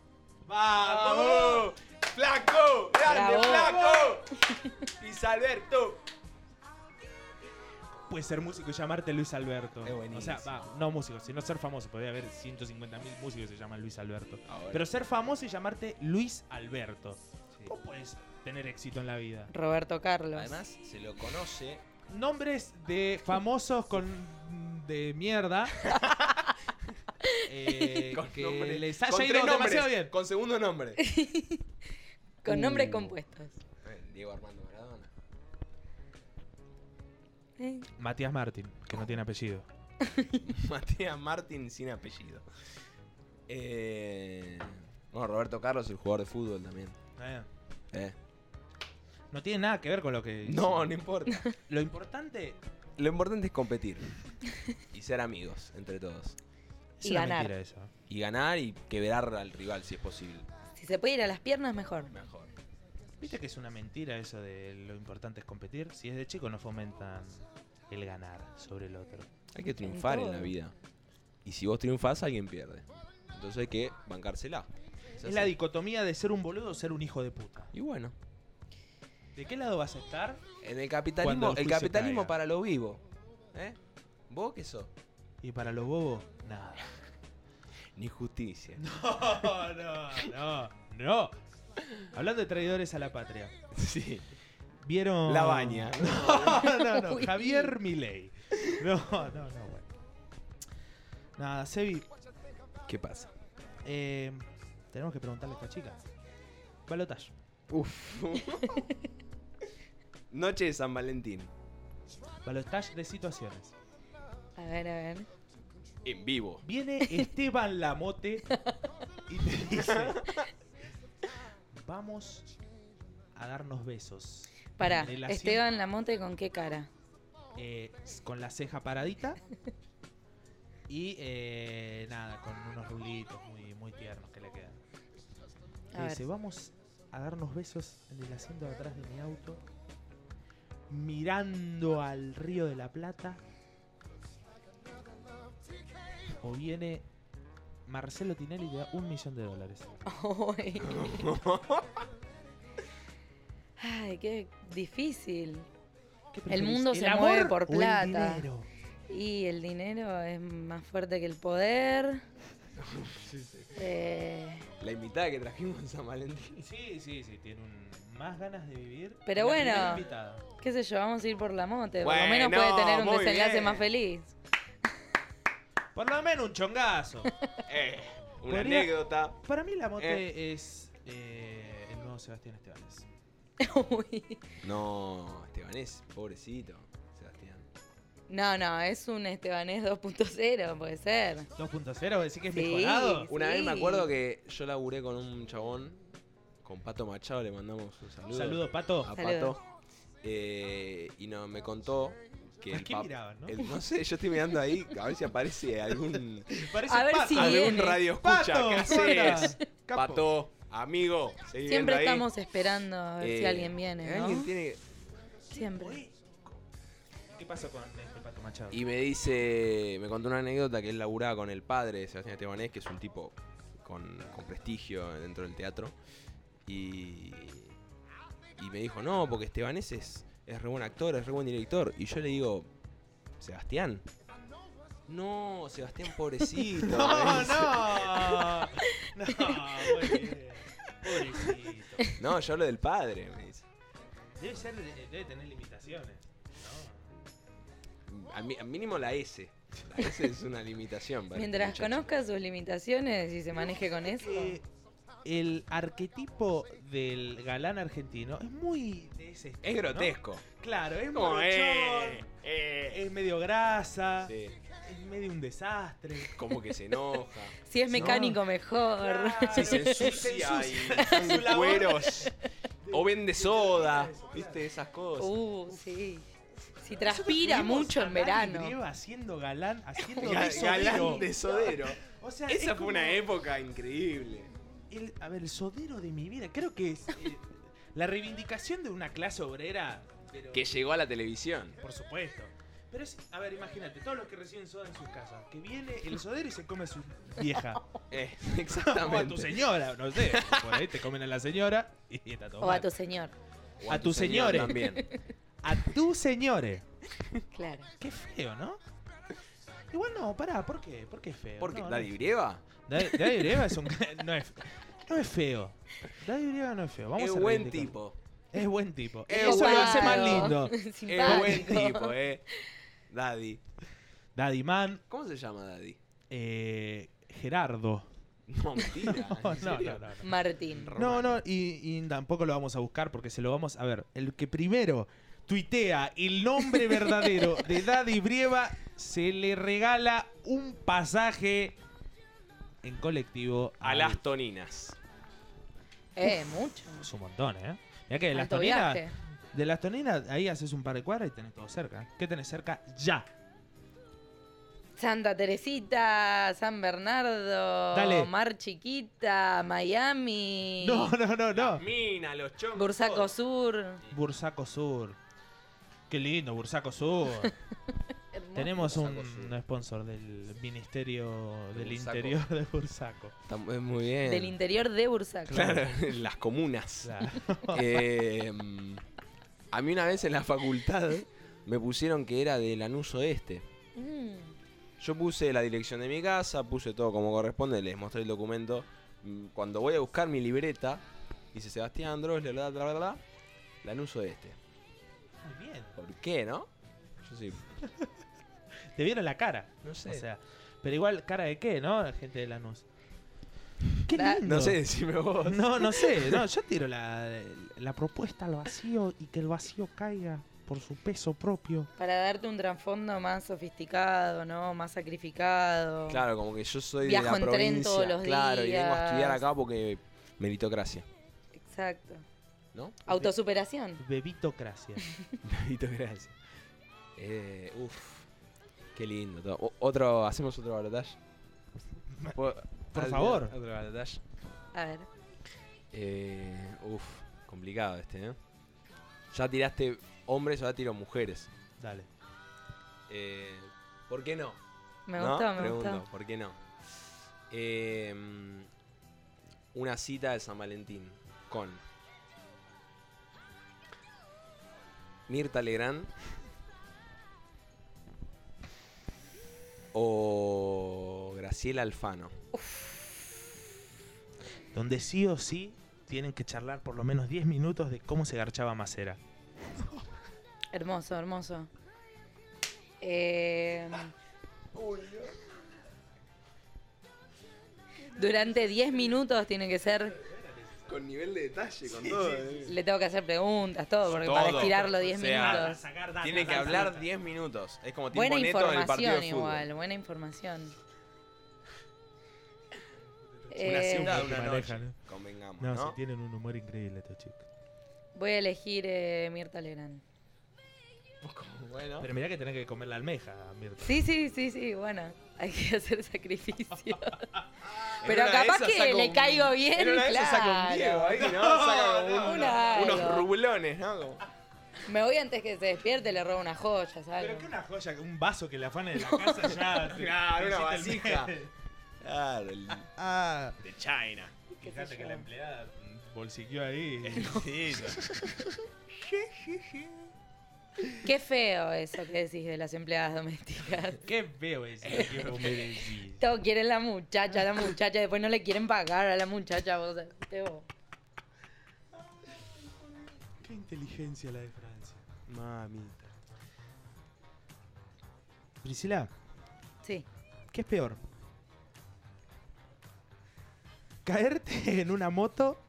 Speaker 2: ¡Vamos! ¡Flaco!
Speaker 5: ¡Grande, Bravo.
Speaker 2: flaco! ¡Luis Alberto!
Speaker 1: Puede ser músico y llamarte Luis Alberto.
Speaker 2: Es
Speaker 1: o
Speaker 2: buenísimo.
Speaker 1: sea, va, no músico, sino ser famoso. Podría haber 150.000 músicos que se llaman Luis Alberto. Pero ser famoso y llamarte Luis Alberto. Vos puedes tener éxito en la vida.
Speaker 5: Roberto Carlos.
Speaker 2: Además, se lo conoce.
Speaker 1: Nombres de famosos con de mierda. eh, que
Speaker 2: nombre-
Speaker 1: les haya
Speaker 2: con
Speaker 1: ido
Speaker 2: tres nombres,
Speaker 1: demasiado bien.
Speaker 2: Con segundo nombre.
Speaker 5: con nombres
Speaker 2: Uh.
Speaker 5: compuestos.
Speaker 2: Diego Armando Maradona.
Speaker 5: Eh,
Speaker 1: Matías Martín, que no tiene apellido.
Speaker 2: Matías Martín sin apellido. Eh, no, Roberto Carlos, el jugador de fútbol también.
Speaker 1: Eh,
Speaker 2: Eh,
Speaker 1: No tiene nada que ver con lo que.
Speaker 2: No, no importa.
Speaker 1: Lo importante.
Speaker 2: Lo importante es competir. Y ser amigos entre todos.
Speaker 1: Es
Speaker 5: Y
Speaker 1: una
Speaker 5: ganar.
Speaker 1: mentira eso.
Speaker 2: Y ganar y quebrar al rival si es posible.
Speaker 5: Si se puede ir a las piernas, mejor.
Speaker 2: Mejor.
Speaker 1: ¿Viste que es una mentira eso de lo importante es competir? Si es de chico no fomentan el ganar sobre el otro.
Speaker 2: Hay que triunfar en
Speaker 5: todo.
Speaker 2: la vida. Y si vos triunfás, alguien pierde. Entonces hay que bancársela. Es
Speaker 1: Es la
Speaker 2: así.
Speaker 1: dicotomía de ser un boludo o ser un hijo de puta.
Speaker 2: Y bueno.
Speaker 1: ¿De qué lado vas a estar?
Speaker 2: En el
Speaker 1: Cuando
Speaker 2: capitalismo,
Speaker 1: el
Speaker 2: el
Speaker 1: juicio
Speaker 2: capitalismo
Speaker 1: caiga.
Speaker 2: para lo vivo. ¿Eh? ¿Vos qué sos?
Speaker 1: Y para los bobos, nada.
Speaker 2: Ni justicia.
Speaker 1: No, no, no, no. Hablando de traidores a la patria.
Speaker 2: Sí.
Speaker 1: ¿Vieron?
Speaker 2: La baña.
Speaker 1: No, no, no.
Speaker 5: Uy.
Speaker 1: Javier Milei. No, no, no, bueno. Nada, Sebi,
Speaker 2: ¿Qué pasa?
Speaker 1: eh, tenemos que preguntarle a esta chica. Balotage.
Speaker 2: Uf. Noche de San Valentín.
Speaker 1: Balotage de situaciones.
Speaker 5: A ver, a ver.
Speaker 2: En vivo.
Speaker 1: Viene Esteban Lamote y te dice: Vamos a darnos besos.
Speaker 5: Pará,
Speaker 1: En el asiento-
Speaker 5: Esteban Lamonte con qué cara.
Speaker 1: eh, s- con la ceja paradita y eh, nada, con unos rulitos muy, muy tiernos que le quedan.
Speaker 5: A
Speaker 1: Y
Speaker 5: ver.
Speaker 1: dice, vamos a darnos besos en el asiento de atrás de mi auto, mirando al río de la Plata. O viene Marcelo Tinelli y te da un millón de dólares.
Speaker 5: Uy. Ay, qué difícil.
Speaker 6: ¿Qué
Speaker 5: El
Speaker 6: preferís,
Speaker 5: mundo se
Speaker 6: amor
Speaker 5: mueve por
Speaker 6: o el
Speaker 5: plata.
Speaker 6: dinero?
Speaker 5: Y el dinero es más fuerte que el poder. Eh,
Speaker 2: La invitada que trajimos en San Valentín.
Speaker 1: Sí, sí, sí, tiene un- más ganas de vivir.
Speaker 5: Pero
Speaker 1: que la
Speaker 5: bueno.
Speaker 1: primera invitada.
Speaker 5: qué sé yo, vamos a ir por la mote. por lo menos
Speaker 2: Bueno,
Speaker 5: puede tener un
Speaker 2: muy
Speaker 5: desenlace
Speaker 2: bien.
Speaker 5: más feliz.
Speaker 1: Por lo menos un chongazo.
Speaker 2: Eh, una
Speaker 1: Podría-
Speaker 2: anécdota.
Speaker 1: Para mí la mote es eh, el nuevo Sebastián Estebanes.
Speaker 5: Uy.
Speaker 2: No, Estebanés, pobrecito, Sebastián.
Speaker 5: No, no, es un Estebanés 2.0, puede ser.
Speaker 1: 2.0, decir que es
Speaker 5: Sí.
Speaker 1: mejorado.
Speaker 2: Una vez me
Speaker 5: Sí.
Speaker 2: acuerdo que yo laburé con un chabón, con Pato Machado, le mandamos un saludo.
Speaker 1: Saludos, Pato.
Speaker 2: a
Speaker 5: Saludos.
Speaker 2: Pato. Eh, y no, me contó que
Speaker 1: ¿A
Speaker 2: el
Speaker 1: qué
Speaker 2: pap-
Speaker 1: miraban, no?
Speaker 2: el- no sé, yo estoy mirando ahí a ver si aparece algún,
Speaker 1: Parece
Speaker 5: A ver
Speaker 1: Pato.
Speaker 5: si-
Speaker 2: algún
Speaker 5: Viene.
Speaker 2: radio
Speaker 1: Pato,
Speaker 2: escucha. ¿Qué
Speaker 1: hola.
Speaker 2: haces?
Speaker 1: Capo.
Speaker 2: Pato, amigo. seguí viendo
Speaker 5: Siempre
Speaker 2: ahí.
Speaker 5: estamos esperando a ver si
Speaker 2: Eh,
Speaker 5: alguien viene, ¿no?
Speaker 2: alguien tiene-
Speaker 5: Siempre.
Speaker 1: ¿Qué pasó con este Pato Machado?
Speaker 2: Y me dice, me contó una anécdota que él laburaba con el padre de Sebastián Estebanés, que es un tipo con, con prestigio dentro del teatro. Y, y me dijo, no, porque Estebanés es, es re buen actor, es re buen director. Y yo le digo, Sebastián. No, Sebastián, pobrecito.
Speaker 1: No,
Speaker 2: me dice.
Speaker 1: no. No, muy bien. Pobrecito.
Speaker 2: No, yo hablo del padre, me dice.
Speaker 1: Debe, ser, debe tener limitaciones. ¿no?
Speaker 2: A mí- Al mínimo la S. La S es una limitación. para este
Speaker 5: Mientras
Speaker 2: muchacho.
Speaker 5: conozca sus limitaciones y se maneje con eso.
Speaker 1: Eh, el arquetipo del galán argentino es muy de ese estilo,
Speaker 2: Es
Speaker 1: ¿no?
Speaker 2: grotesco.
Speaker 1: Claro, es
Speaker 2: Como,
Speaker 1: morochón,
Speaker 2: eh,
Speaker 1: es medio grasa,
Speaker 2: Sí,
Speaker 1: es medio un desastre.
Speaker 2: como que se enoja.
Speaker 5: Si es mecánico, mejor.
Speaker 1: Claro,
Speaker 2: se ensucia y
Speaker 1: labor.
Speaker 2: cueros. O vende soda, viste, esas cosas.
Speaker 5: Uh, sí. Si
Speaker 1: Nosotros
Speaker 5: transpira
Speaker 1: tuvimos
Speaker 5: mucho
Speaker 1: a
Speaker 5: en
Speaker 1: Dani
Speaker 5: verano.
Speaker 1: Brieva haciendo galán, haciendo
Speaker 2: Ga-
Speaker 1: de
Speaker 2: galán
Speaker 1: sodero.
Speaker 2: de sodero.
Speaker 1: O sea, es
Speaker 2: Esa fue
Speaker 1: como
Speaker 2: una época increíble.
Speaker 1: el- a ver, el sodero de mi vida. Creo que es eh, la reivindicación de una clase obrera. Pero,
Speaker 2: Que llegó a la televisión.
Speaker 1: Por supuesto. Pero es, a ver, imagínate, todos los que reciben soda en sus casas, que viene el sodero y se come a su vieja.
Speaker 2: Eh,
Speaker 1: O a tu
Speaker 2: exactamente.
Speaker 1: señora, no sé. Por ahí te comen a la señora y está todo
Speaker 5: O a
Speaker 1: mal.
Speaker 5: tu señor,
Speaker 2: O
Speaker 1: a tus
Speaker 2: señor
Speaker 1: señores.
Speaker 2: También.
Speaker 1: A tus señores.
Speaker 5: claro.
Speaker 1: Qué feo, ¿no? Igual no, pará, ¿por qué? ¿Por qué es feo?
Speaker 2: Porque
Speaker 1: No,
Speaker 2: Daddy
Speaker 1: no.
Speaker 2: Brieva
Speaker 1: Daddy Daddy Brieva es un... No es, no es feo. Daddy Brieva no es feo. Vamos
Speaker 2: es
Speaker 1: a
Speaker 2: buen
Speaker 1: reivindicarlo.
Speaker 2: tipo. Eh.
Speaker 1: Es buen tipo.
Speaker 2: Es
Speaker 1: Eso lo hace más
Speaker 5: Claro.
Speaker 1: lindo.
Speaker 2: Es
Speaker 5: Simpático.
Speaker 2: buen tipo, eh. Daddy.
Speaker 1: Daddy Man,
Speaker 2: ¿Cómo se llama Daddy?
Speaker 1: eh, Gerardo.
Speaker 2: No, mentira.
Speaker 1: No,
Speaker 2: ¿en
Speaker 1: no,
Speaker 2: serio?
Speaker 1: no, no.
Speaker 5: Martín.
Speaker 1: No, no, y, y tampoco lo vamos a buscar porque se lo vamos a ver. El que primero tuitea el nombre verdadero de Daddy Brieva se le regala un pasaje en colectivo
Speaker 2: A
Speaker 1: al-
Speaker 2: las toninas.
Speaker 5: Eh, mucho.
Speaker 1: Es un montón, ¿eh? Mirá que de las
Speaker 5: Alto
Speaker 1: toninas.
Speaker 5: viaje.
Speaker 1: De las toninas, ahí haces un par de cuadras y tenés todo cerca. ¿Qué tenés cerca? Ya.
Speaker 5: Santa Teresita, San Bernardo,
Speaker 1: Dale.
Speaker 5: Mar Chiquita, Miami,
Speaker 1: No, no, no, no.
Speaker 2: Las minas, los chongos.
Speaker 5: Bursaco
Speaker 2: todo.
Speaker 5: Sur.
Speaker 1: Bursaco Sur. Qué lindo, Bursaco Sur. Tenemos un,
Speaker 2: Bursaco Sur.
Speaker 1: un sponsor del Ministerio
Speaker 2: De
Speaker 1: del
Speaker 2: Bursaco.
Speaker 1: Interior de Bursaco.
Speaker 2: Está muy bien.
Speaker 5: Del interior de Bursaco.
Speaker 2: Claro, las comunas.
Speaker 1: Claro.
Speaker 2: Eh, mm, a mí una vez en la facultad me pusieron que era de Lanús Oeste.
Speaker 5: Mm,
Speaker 2: Yo puse la dirección de mi casa, puse todo como corresponde, les mostré el documento. Mm, Cuando voy a buscar mi libreta, dice Sebastián Andros, bla, bla, bla, bla, bla, Lanús Oeste.
Speaker 1: Muy bien.
Speaker 2: este. ¿Por qué, no? Yo sí,
Speaker 1: Te vieron la cara.
Speaker 2: no sé.
Speaker 1: O sea, pero igual, ¿cara de qué, no? La gente de Lanús. Qué
Speaker 5: Da-
Speaker 1: lindo.
Speaker 2: no sé, decime vos.
Speaker 1: No, no sé. No, yo tiro la, la propuesta al vacío y que el vacío caiga por su peso propio.
Speaker 5: Para darte un trasfondo más sofisticado, ¿no? Más sacrificado.
Speaker 2: Claro, como que yo soy
Speaker 5: Viajo
Speaker 2: de
Speaker 5: en
Speaker 2: la
Speaker 5: tren
Speaker 2: provincia.
Speaker 5: todos los
Speaker 2: claro, y vengo a estudiar
Speaker 5: días.
Speaker 2: acá porque meritocracia,
Speaker 5: Exacto.
Speaker 2: ¿no?
Speaker 5: Autosuperación.
Speaker 1: Bebitocracia.
Speaker 2: Meritocracia. Eh, uf, qué lindo. todo. O- Otro, hacemos otro balotage. Por,
Speaker 1: por favor.
Speaker 2: Otro balotage.
Speaker 5: A ver.
Speaker 2: Eh, uf, complicado este, ¿eh? Ya tiraste hombres, ahora tiro mujeres.
Speaker 1: Dale.
Speaker 2: Eh, ¿Por qué no?
Speaker 5: Me
Speaker 2: ¿No?
Speaker 5: gustó, me
Speaker 2: Pregunto,
Speaker 5: gustó.
Speaker 2: ¿por qué no? Eh, una cita de San Valentín con Mirta Legrand. O Graciela Alfano.
Speaker 1: Donde sí o sí tienen que charlar por lo menos 10 minutos de cómo se garchaba Macera.
Speaker 5: Hermoso, hermoso. Eh, durante 10 minutos tiene que ser.
Speaker 2: Con nivel de detalle, con todo. ¿eh?
Speaker 5: Le tengo que hacer preguntas, todo, porque para
Speaker 2: Todo.
Speaker 5: estirarlo 10
Speaker 2: O sea,
Speaker 5: minutos.
Speaker 2: Tiene que hablar 10 minutos. Es como tipo
Speaker 5: Buena
Speaker 2: neto en el partido de
Speaker 5: información
Speaker 2: fútbol.
Speaker 5: igual, buena información.
Speaker 2: Una
Speaker 5: Eh,
Speaker 2: ciudad,
Speaker 1: que
Speaker 2: una
Speaker 1: maneja,
Speaker 2: noche.
Speaker 1: ¿no?
Speaker 2: Convengamos,
Speaker 1: No,
Speaker 2: ¿no?
Speaker 1: se tienen un humor increíble estos chicos.
Speaker 5: voy a elegir eh, Mirta Legrand.
Speaker 2: Bueno.
Speaker 1: Pero mirá que tenés que comer la almeja, Mirta.
Speaker 5: Sí, sí, sí, sí, bueno, hay que hacer sacrificio.
Speaker 2: En
Speaker 5: Pero
Speaker 2: una de
Speaker 5: capaz
Speaker 2: esas
Speaker 5: que
Speaker 2: saca
Speaker 5: le
Speaker 2: un-
Speaker 5: caigo bien,
Speaker 2: en una de esas saca un Diego
Speaker 5: claro.
Speaker 2: ahí, ¿no? Saca como un-
Speaker 5: Una algo.
Speaker 2: unos rubulones, ¿no? Como-
Speaker 5: Me voy antes que se despierte, le robo una joya, ¿sabes?
Speaker 1: Pero que una joya, un vaso que le afane de la casa ya.
Speaker 2: Claro, una vasija. Claro, el-
Speaker 1: Ah,
Speaker 4: De China.
Speaker 5: Qué sé
Speaker 1: fíjate que
Speaker 5: yo.
Speaker 1: la empleada mm, bolsiqueó ahí.
Speaker 4: Sí,
Speaker 5: Qué feo eso que decís de las empleadas domésticas.
Speaker 1: Qué feo ese equipo me decís.
Speaker 5: Todo quieren la muchacha, la muchacha, después no le quieren pagar a la muchacha, vos. te vos.
Speaker 7: Qué inteligencia la de Francia.
Speaker 2: Mamita.
Speaker 1: Priscila,
Speaker 5: Sí.
Speaker 1: ¿qué es peor? ¿Caerte en una moto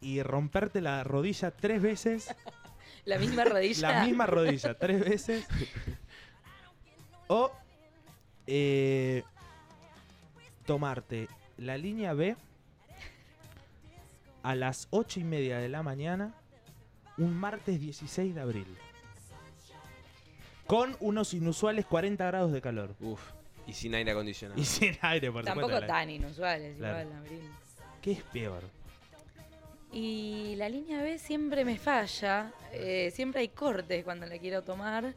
Speaker 1: y romperte la rodilla tres veces?
Speaker 5: La misma rodilla.
Speaker 1: La misma rodilla, tres veces. O eh, tomarte la línea B a las ocho y media de la mañana, un martes 16 de abril. Con unos inusuales 40 grados de calor.
Speaker 2: Uf. Y sin aire acondicionado.
Speaker 1: Y sin aire, por
Speaker 5: Tampoco
Speaker 1: supuesto.
Speaker 5: tan inusuales,
Speaker 1: Claro.
Speaker 5: igual, abril.
Speaker 1: ¿Qué es peor?
Speaker 5: Y la línea B siempre me falla. eh, siempre hay cortes cuando la quiero tomar.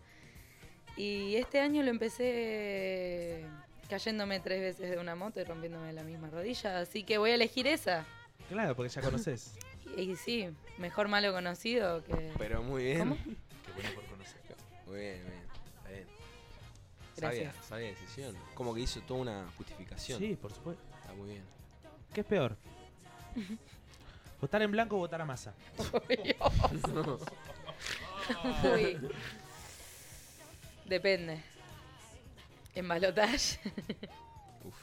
Speaker 5: Y este año lo empecé cayéndome tres veces de una moto y rompiéndome la misma rodilla. Así que voy a elegir esa.
Speaker 1: Claro, porque ya conoces.
Speaker 5: Y, y sí, mejor malo conocido que.
Speaker 2: Pero muy bien.
Speaker 5: ¿Cómo?
Speaker 1: Qué bueno por conocer.
Speaker 2: Muy bien, muy bien. Está bien. Sabia,
Speaker 5: Gracias.
Speaker 2: sabia decisión. Como que hizo toda una justificación.
Speaker 1: Sí, por supuesto.
Speaker 2: Está muy bien.
Speaker 1: ¿Qué es peor? ¿Votar en blanco o votar a masa?
Speaker 5: Uy. Depende. En balotaje.
Speaker 2: Uf.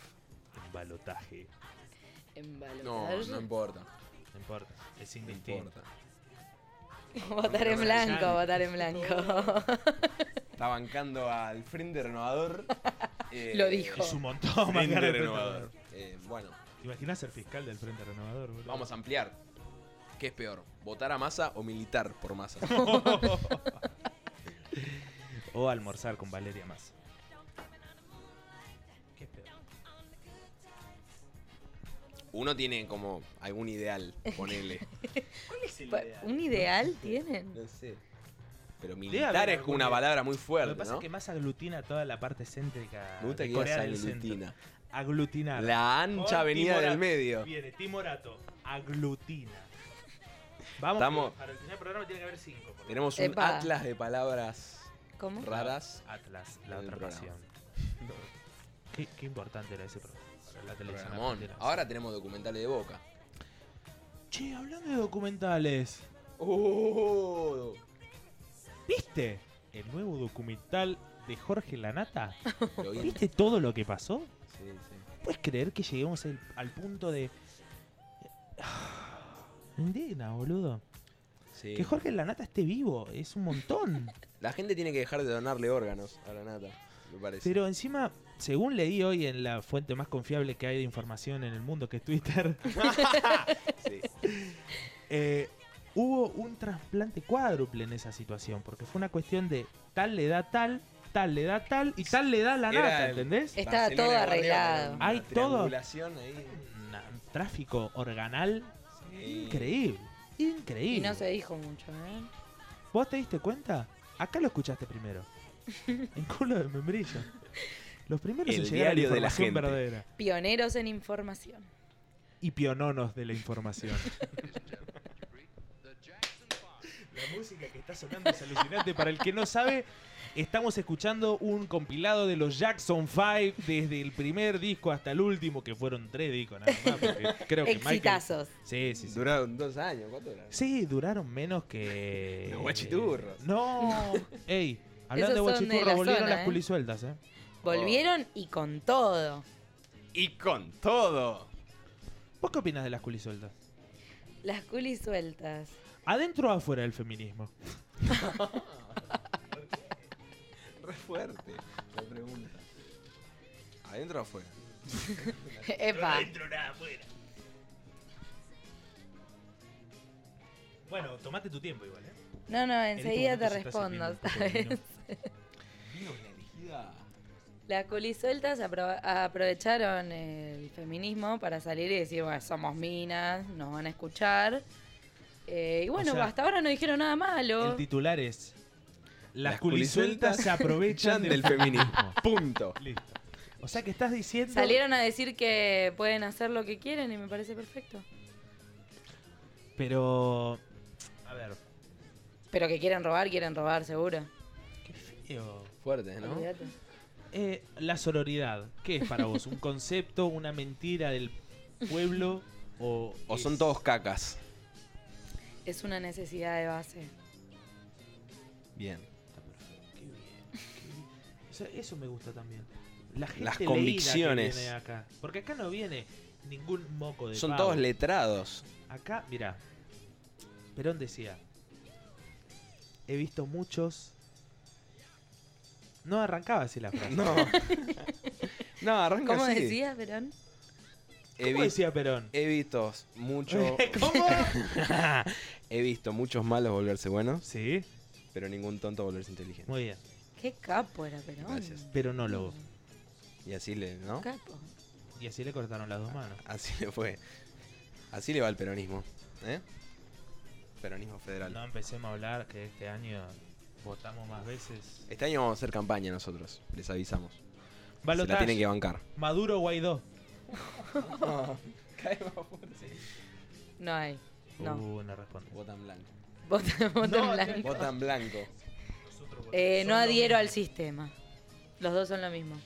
Speaker 1: Un balotaje.
Speaker 2: No,
Speaker 5: En balotaje.
Speaker 2: no importa.
Speaker 1: No importa. Es
Speaker 2: No
Speaker 1: indistinto.
Speaker 2: importa.
Speaker 5: Votar en blanco, votar en blanco.
Speaker 2: Está bancando al Frente Renovador. eh,
Speaker 5: Lo dijo.
Speaker 1: Es un montón, más
Speaker 2: Frente
Speaker 1: cara de
Speaker 2: Renovador.
Speaker 1: Renovador.
Speaker 2: Eh, bueno,
Speaker 1: ¿Te imaginas ser fiscal del Frente Renovador, boludo?
Speaker 2: vamos a ampliar. ¿Qué es peor? ¿Votar a masa o militar por masa?
Speaker 1: O almorzar con Valeria Massa. ¿Qué es peor?
Speaker 2: Uno tiene como algún ideal, ponele.
Speaker 5: Pa- Pues, ¿Un ideal tienen?
Speaker 2: no sé. Pero
Speaker 1: Debe
Speaker 2: militar
Speaker 1: haber
Speaker 2: es como una
Speaker 1: algún ideal.
Speaker 2: palabra muy
Speaker 1: Lo que
Speaker 2: fuerte,
Speaker 1: pasa
Speaker 2: ¿no?
Speaker 1: es que Massa aglutina toda la parte céntrica
Speaker 2: Me gusta
Speaker 1: de
Speaker 2: que digas
Speaker 1: Corea del Centro.
Speaker 2: aglutina.
Speaker 1: Aglutinar.
Speaker 2: La ancha avenida
Speaker 1: Timorato.
Speaker 2: del medio.
Speaker 1: Viene Timorato. Aglutina. Vamos,
Speaker 2: Estamos-
Speaker 1: que para el final del programa tiene que haber cinco. por lo menos.
Speaker 2: Tenemos un
Speaker 5: Epa.
Speaker 2: atlas de palabras
Speaker 5: ¿Cómo?
Speaker 2: raras.
Speaker 1: Atlas,
Speaker 2: En
Speaker 1: la
Speaker 2: el
Speaker 1: otra
Speaker 2: programa.
Speaker 1: pasión. qué, qué importante era ese programa. para La televisión
Speaker 2: Ramón,
Speaker 1: argentina.
Speaker 2: ahora tenemos documentales de boca.
Speaker 1: Che, hablando de documentales,
Speaker 2: ¡Oh!
Speaker 1: ¿viste el nuevo documental de Jorge Lanata?
Speaker 2: Lo vi.
Speaker 1: ¿Viste todo lo que pasó?
Speaker 2: Sí, sí.
Speaker 1: ¿Puedes creer que lleguemos al, al punto de. ah, Indigna, boludo.
Speaker 2: Sí.
Speaker 1: Que Jorge Lanata esté vivo, es un montón.
Speaker 2: La gente tiene que dejar de donarle órganos a la nata, me parece.
Speaker 1: Pero encima, según leí hoy en la fuente más confiable que hay de información en el mundo, que es Twitter,
Speaker 2: Sí.
Speaker 1: eh, hubo un trasplante cuádruple en esa situación, porque fue una cuestión de tal le da tal, tal le da tal y tal le da la
Speaker 2: Era
Speaker 1: nata,
Speaker 2: el-
Speaker 1: ¿entendés?
Speaker 5: Estaba
Speaker 2: Barcelona
Speaker 5: todo
Speaker 2: de Barrio,
Speaker 5: arreglado.
Speaker 2: una
Speaker 1: Hay todo.
Speaker 2: triangulación ahí.
Speaker 1: Una- un tráfico organal
Speaker 2: Sí.
Speaker 1: increíble, increíble.
Speaker 5: Y no se dijo mucho, ¿eh?
Speaker 1: ¿Vos te diste cuenta? Acá lo escuchaste primero. en culo de membrillo. Los primeros
Speaker 2: El
Speaker 1: en llegar a la
Speaker 2: diario de la
Speaker 1: información
Speaker 2: gente.
Speaker 1: verdadera.
Speaker 5: Pioneros en información.
Speaker 1: Y piononos de la información. música que está sonando es alucinante. Para el que no sabe, estamos escuchando un compilado de los Jackson 5 desde el primer disco hasta el último, que fueron tres discos nada más. porque Creo que Michael-
Speaker 5: Exitazos.
Speaker 1: Sí, sí, sí.
Speaker 2: Duraron dos años, ¿cuánto era?
Speaker 1: Sí, duraron menos que. eh,
Speaker 2: Los guachiturros.
Speaker 1: No. Ey, hablando de
Speaker 5: Esos son de
Speaker 1: guachiturros,
Speaker 5: la
Speaker 1: volvieron
Speaker 5: zona,
Speaker 1: las
Speaker 5: ¿eh?
Speaker 1: culisueltas, ¿eh?
Speaker 5: Volvieron y con todo.
Speaker 2: Y con todo.
Speaker 1: ¿Vos qué opinas de las culisueltas?
Speaker 5: Las culis sueltas.
Speaker 1: ¿Adentro o afuera del feminismo?
Speaker 2: Re fuerte la pregunta. ¿Adentro o afuera?
Speaker 5: Epa.
Speaker 1: Bueno, tomate tu tiempo igual, ¿eh?
Speaker 5: No, no,
Speaker 1: En este
Speaker 5: enseguida te
Speaker 1: momento se está
Speaker 5: respondo,
Speaker 1: sirviendo un
Speaker 5: ¿sabes?
Speaker 1: poco de vino.
Speaker 2: Vino es la elegida.
Speaker 5: Las culisueltas apro- aprovecharon el feminismo para salir y decir, bueno, somos minas, nos van a escuchar. Eh, y bueno,
Speaker 1: sea,
Speaker 5: hasta ahora no dijeron nada malo.
Speaker 1: El titular es. Las,
Speaker 2: Las
Speaker 1: culisueltas se aprovechan del
Speaker 2: del feminismo. Punto.
Speaker 1: Listo. O sea que estás diciendo.
Speaker 5: Salieron a decir que pueden hacer lo que quieren y me parece perfecto.
Speaker 1: Pero. A ver.
Speaker 5: Pero que quieren robar, quieren robar, seguro.
Speaker 1: Qué feo.
Speaker 2: Fuerte, ¿no?
Speaker 5: Olvídate.
Speaker 1: Eh, la sororidad, ¿qué es para vos? ¿Un concepto, una mentira del pueblo? ¿O,
Speaker 2: O son
Speaker 1: es-
Speaker 2: todos cacas.
Speaker 5: Es una necesidad de base.
Speaker 2: Bien.
Speaker 1: Está perfecto, qué bien, qué bien. O sea, eso me gusta también. La gente leída
Speaker 2: Las
Speaker 1: que
Speaker 2: convicciones.
Speaker 1: viene acá. Porque acá no viene ningún moco de
Speaker 2: Son
Speaker 1: pavo.
Speaker 2: todos letrados.
Speaker 1: Acá, mirá. Perón decía. He visto muchos. No arrancaba así la frase.
Speaker 2: No. no, arranca
Speaker 5: ¿Cómo
Speaker 2: así.
Speaker 5: decía, Perón?
Speaker 2: He,
Speaker 1: ¿Cómo
Speaker 2: vi-
Speaker 1: decía Perón?
Speaker 2: he visto mucho,
Speaker 1: ¿Cómo?
Speaker 2: he visto muchos malos volverse buenos,
Speaker 1: sí,
Speaker 2: pero ningún tonto volverse inteligente.
Speaker 1: muy bien.
Speaker 5: Qué capo era Perón.
Speaker 2: Gracias.
Speaker 1: Peronólogo.
Speaker 2: Y así le, ¿no?
Speaker 5: Capo.
Speaker 1: Y así le cortaron las dos manos.
Speaker 2: Así le fue. Así le va el peronismo. ¿Eh? Peronismo federal.
Speaker 1: No empecemos a hablar que este año votamos más veces.
Speaker 2: Este año vamos a hacer campaña nosotros, les avisamos. Se la
Speaker 1: Balotage,
Speaker 2: tienen que bancar.
Speaker 1: Maduro Guaidó.
Speaker 5: No hay. No.
Speaker 1: Uh, no responde.
Speaker 2: Votan blanco.
Speaker 5: Vota, vota en
Speaker 1: No,
Speaker 5: blanco.
Speaker 2: Votan blanco.
Speaker 5: Eh, no adhiero al sistema. Los dos son lo mismo.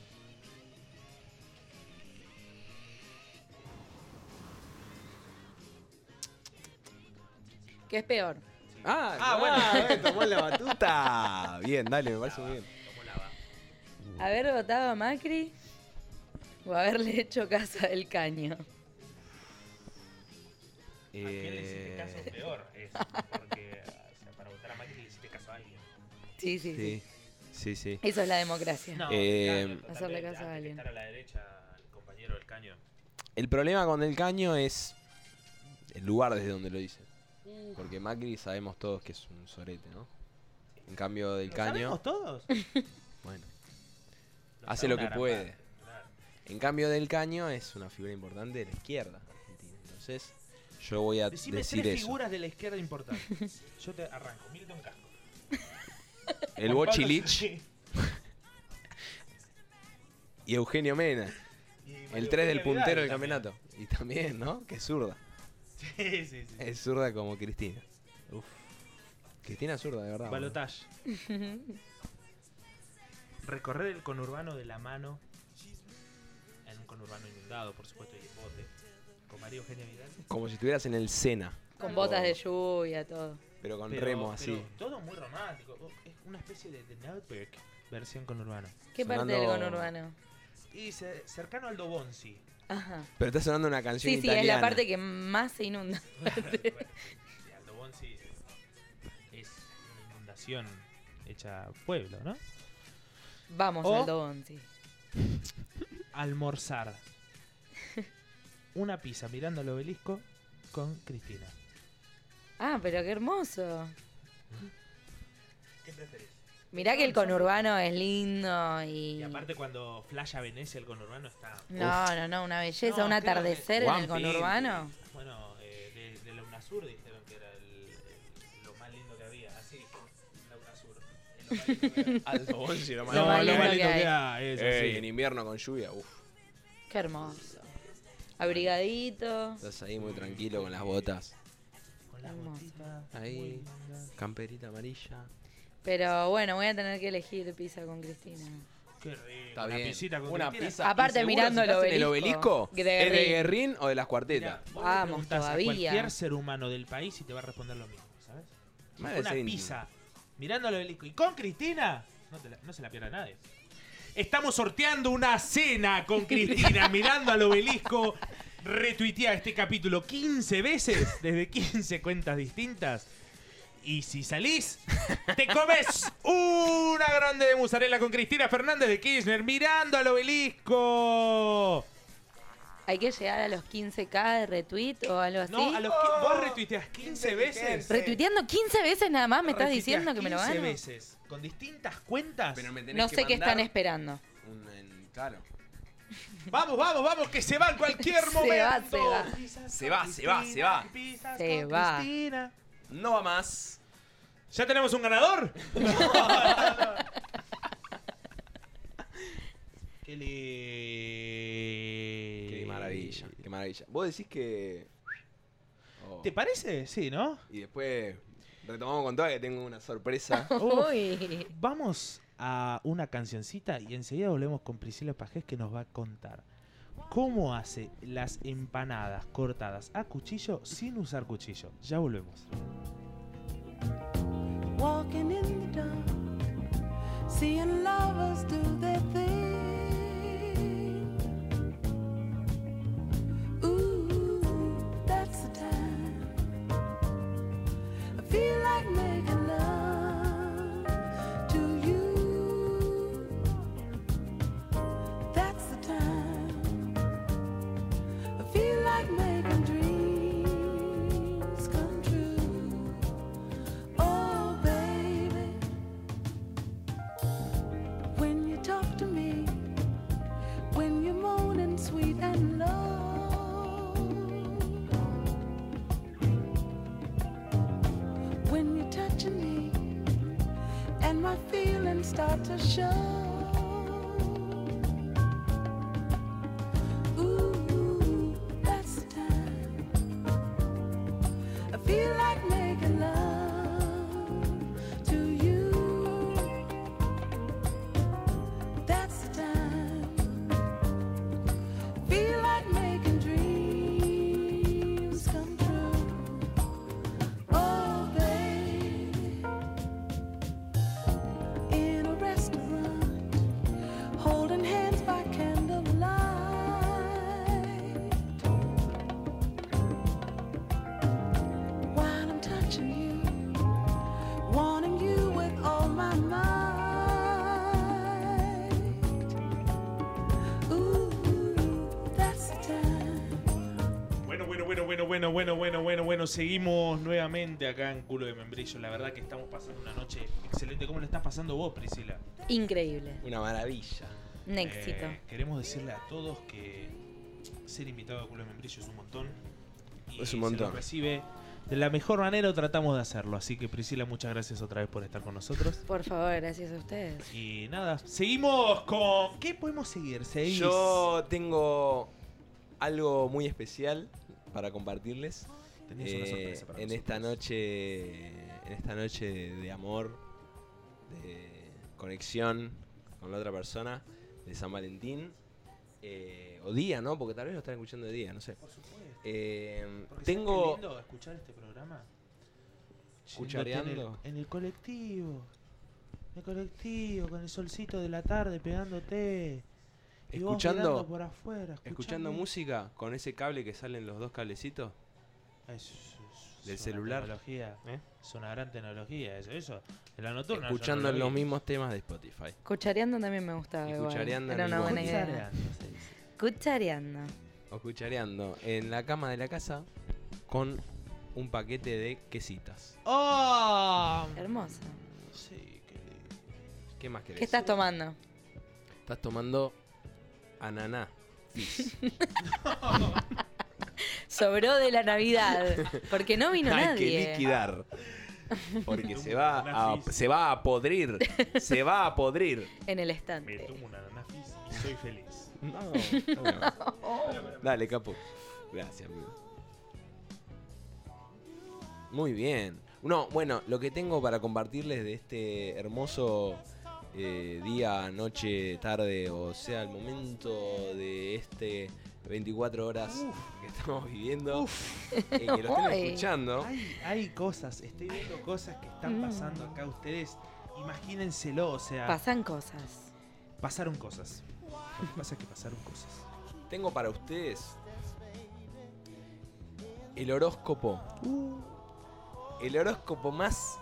Speaker 5: ¿Qué es peor?
Speaker 1: Uh.
Speaker 2: Ah, bueno, tomó la batuta. Bien, dale, me
Speaker 1: Ah,
Speaker 2: parece muy bien.
Speaker 5: ¿Haber votado a Macri o haberle hecho casa del caño?
Speaker 2: Eh,
Speaker 1: peor? Es porque para votar a Macri le hiciste caso a alguien.
Speaker 5: Sí, sí, sí.
Speaker 2: sí, sí, sí.
Speaker 5: Eso es la democracia.
Speaker 1: No,
Speaker 2: Eh,
Speaker 1: claro,
Speaker 5: Hacerle
Speaker 1: totalmente,
Speaker 5: caso a
Speaker 1: antes que
Speaker 5: alguien.
Speaker 1: Estar a la derecha, el compañero del caño.
Speaker 2: El problema con el caño es el lugar desde donde lo dice. Porque Macri sabemos todos que es un sorete, ¿no? En cambio del
Speaker 1: ¿Lo sabemos
Speaker 2: caño,
Speaker 1: todos?
Speaker 2: bueno, hace lo que puede. En cambio del caño es una figura importante de la izquierda argentina. Entonces, yo voy a
Speaker 1: Decime
Speaker 2: decir
Speaker 1: tres
Speaker 2: eso.
Speaker 1: figuras de la izquierda importantes. Yo te arranco. Milton Casco.
Speaker 2: El
Speaker 1: Juan Pablo
Speaker 2: Bochilich
Speaker 1: Sarchi.
Speaker 2: y Eugenio Mena.
Speaker 1: Y
Speaker 2: El
Speaker 1: Mario
Speaker 2: 3 del
Speaker 1: Eugenia Vidal
Speaker 2: puntero del
Speaker 1: también.
Speaker 2: campeonato. Y también, ¿no? Que es zurda.
Speaker 1: Sí, sí, sí.
Speaker 2: Es zurda como Cristina. Uf. Cristina es zurda, de verdad. boludo.
Speaker 1: Balotage. Recorrer el conurbano de la mano. En un conurbano inundado, por supuesto, y en bote. Con María Eugenia Vidal.
Speaker 2: Como si estuvieras en el Sena.
Speaker 5: Con botas de lluvia, todo.
Speaker 2: Pero con
Speaker 1: Pero-
Speaker 2: remo así.
Speaker 1: pero todo muy romántico. Es una especie de, de Nutberg versión conurbano.
Speaker 5: ¿Qué parte del
Speaker 2: Sonando-
Speaker 5: conurbano?
Speaker 1: Y ce- cercano al Dobonsi.
Speaker 5: Ajá.
Speaker 2: Pero está sonando una canción
Speaker 5: Sí, sí,
Speaker 2: italiana.
Speaker 5: es la parte que más se inunda.
Speaker 1: Aldo Bonzi eh, es una inundación hecha pueblo, ¿no?
Speaker 5: Vamos,
Speaker 1: O-
Speaker 5: Aldo Bonzi.
Speaker 1: Almorzar. Una pizza mirando el obelisco con Cristina.
Speaker 5: Ah, pero qué hermoso.
Speaker 1: ¿Qué preferís?
Speaker 5: Mirá que el conurbano es lindo y...
Speaker 1: Y aparte cuando flasha Venecia el conurbano está...
Speaker 5: No, no, no, una belleza,
Speaker 1: No,
Speaker 5: un
Speaker 1: creo
Speaker 5: atardecer
Speaker 2: que-
Speaker 5: en el
Speaker 2: Juan Pin.
Speaker 5: conurbano.
Speaker 1: Bueno, eh, de, de la UNASUR dijeron que era el- el- lo más lindo que había. Ah, Así, la UNASUR. es lo más lindo que había.
Speaker 2: Aldo Bonzi, Ah, lo más
Speaker 5: Lo más
Speaker 2: lindo.
Speaker 5: lindo que hay.
Speaker 1: hay. eso,
Speaker 2: Ey,
Speaker 1: sí.
Speaker 2: En invierno con lluvia, uff.
Speaker 5: Qué hermoso. Abrigadito.
Speaker 2: Estás ahí muy tranquilo con las botas.
Speaker 1: con las
Speaker 5: Hermoso.
Speaker 1: botitas.
Speaker 2: Ahí.
Speaker 1: muy lindas.
Speaker 2: Camperita amarilla.
Speaker 5: Pero bueno, voy a tener que elegir pizza con Cristina.
Speaker 1: Qué rico.
Speaker 2: Está
Speaker 1: una
Speaker 2: bien.
Speaker 1: pisita con
Speaker 2: una
Speaker 1: Cristina.
Speaker 2: pizza.
Speaker 5: Aparte,
Speaker 2: Y seguro
Speaker 5: mirando
Speaker 2: si
Speaker 5: el
Speaker 2: estás en
Speaker 5: obelisco,
Speaker 2: el obelisco,
Speaker 5: de
Speaker 2: ¿es de
Speaker 5: Guerrín.
Speaker 2: Guerrín o de las
Speaker 1: Mirá,
Speaker 2: cuartetas?
Speaker 1: vos le
Speaker 5: Vamos
Speaker 1: preguntás a
Speaker 5: todavía.
Speaker 1: cualquier ser humano del país y te va a responder lo mismo, ¿sabes?
Speaker 2: Más de
Speaker 1: una
Speaker 2: seis.
Speaker 1: pizza mirando al obelisco. Y con Cristina, no, te la- no se la pierda nadie. Estamos sorteando una cena con Cristina mirando al obelisco. Retuitea este capítulo 15 veces desde 15 cuentas distintas. Y si salís, te comes una grande de mozzarella con Cristina Fernández de Kirchner mirando al obelisco.
Speaker 5: Hay que llegar a los 15k de retweet o algo así.
Speaker 1: No, a los qui- vos retuiteas 15 veces.
Speaker 5: Retuiteando 15 veces nada más, me estás
Speaker 1: Retuiteas
Speaker 5: diciendo que me lo
Speaker 1: 15
Speaker 5: gano.
Speaker 1: veces. Con distintas cuentas.
Speaker 2: Pero me tenés
Speaker 5: No sé
Speaker 2: que
Speaker 5: qué están
Speaker 2: mandar
Speaker 5: esperando.
Speaker 2: un- en- claro.
Speaker 1: Vamos, vamos, vamos, que se va en cualquier
Speaker 5: Se
Speaker 1: momento.
Speaker 5: va, se va.
Speaker 2: Se va, se va, se va.
Speaker 5: Se va.
Speaker 2: No va más.
Speaker 1: ¿Ya tenemos un ganador? Qué lindo.
Speaker 2: Qué maravilla, qué maravilla. Vos decís que. Oh,
Speaker 1: ¿Te parece? Sí, ¿no?
Speaker 2: Y después retomamos con toda que tengo una sorpresa.
Speaker 1: Uf.
Speaker 5: Uy.
Speaker 1: Vamos a una cancioncita y enseguida volvemos con Priscila Pajés que nos va a contar cómo hace las empanadas cortadas a cuchillo sin usar cuchillo. Ya volvemos.
Speaker 8: walking in the dark, seeing lovers do their thing. Ooh, that's the time. I feel like making love to you. That's the time. I feel like making dreams come true. Oh, baby, when you talk to me, when you're moaning sweet and low, when you're touching me, and my feelings start to show. Ooh, that's the time. I feel like making love to you. That's the time. Feel like making dreams come true. Oh, baby. In a restaurant, holding hands by candlelight. while I'm touching you, wanting you with all my might. Ooh, that's the time.
Speaker 1: Bueno, bueno, bueno, bueno, bueno, bueno, bueno, bueno, bueno. Seguimos nuevamente acá en Culo de Membrillo. La verdad que estamos pasando una noche excelente. ¿Cómo le estás pasando vos, Priscila?
Speaker 5: Increíble.
Speaker 2: Una maravilla.
Speaker 5: Un éxito.
Speaker 1: Eh, queremos decirle a todos que ser invitado a Culo de Membrillo es un montón. Y
Speaker 2: Es un
Speaker 1: Se
Speaker 2: montón.
Speaker 1: lo recibe de la mejor manera o tratamos de hacerlo. Así que, Priscila, muchas gracias otra vez por estar con nosotros.
Speaker 5: Por favor, gracias a ustedes.
Speaker 1: Y nada, seguimos con... ¿Qué podemos seguir? Seguís.
Speaker 2: Yo tengo algo muy especial para compartirles.
Speaker 1: Tenías una
Speaker 2: Eh,
Speaker 1: sorpresa para
Speaker 2: en
Speaker 1: nosotros.
Speaker 2: esta noche. En esta noche de, de amor, de conexión con la otra persona, de San Valentín. eh, o día, ¿no? Porque tal vez lo están escuchando de día, no sé.
Speaker 1: Por supuesto.
Speaker 2: Eh,
Speaker 1: Porque ¿sabes
Speaker 2: tengo.
Speaker 1: qué lindo escuchar este programa.
Speaker 2: Cuchareando.
Speaker 1: Yéndote En el, en el colectivo. En el colectivo, con el solcito de la tarde pegándote. Y vos
Speaker 2: Escuchando-
Speaker 1: mirando por afuera.
Speaker 2: Escuchando música con ese cable que salen los dos cablecitos.
Speaker 1: Es- es-
Speaker 2: del
Speaker 1: es una
Speaker 2: celular.
Speaker 1: Tecnología.
Speaker 2: ¿Eh?
Speaker 1: Es una gran tecnología eso. eso de la nocturna.
Speaker 2: escuchando los mismos temas de Spotify.
Speaker 5: Cuchareando también me gustaba.
Speaker 2: Y
Speaker 5: igual.
Speaker 2: cuchareando
Speaker 5: Era
Speaker 2: en
Speaker 5: una
Speaker 2: el
Speaker 5: buena
Speaker 2: bondi.
Speaker 5: idea. Cuchareando.
Speaker 2: O cuchareando en la cama de la casa con un paquete de quesitas.
Speaker 1: ¡Oh!
Speaker 5: Hermoso.
Speaker 1: Sí, qué lindo.
Speaker 2: ¿Qué más querés?
Speaker 5: ¿Qué estás tomando?
Speaker 2: Estás tomando ananá.
Speaker 5: Sobró de la Navidad. Porque no vino
Speaker 2: Hay que
Speaker 5: nadie.
Speaker 2: liquidar. Porque se va,
Speaker 1: Ananá
Speaker 2: a,
Speaker 1: fizz.
Speaker 2: se va a podrir. Se va a podrir.
Speaker 5: En el
Speaker 1: Me
Speaker 5: estante.
Speaker 1: tomo una ananafis y soy feliz.
Speaker 2: No. Dale, capo. Gracias, amigo. Muy bien. No, bueno, lo que tengo para compartirles de este hermoso eh, día, noche, tarde, o sea, el momento de este 24 horas que estamos viviendo, eh, que lo estén
Speaker 5: Ay.
Speaker 2: escuchando.
Speaker 1: Hay, hay cosas, estoy viendo cosas que están pasando acá. Ustedes imagínenselo, o sea,
Speaker 5: Pasan cosas.
Speaker 1: pasaron cosas. Lo que pasa es que pasaron cosas.
Speaker 2: Tengo para ustedes el horóscopo. El horóscopo más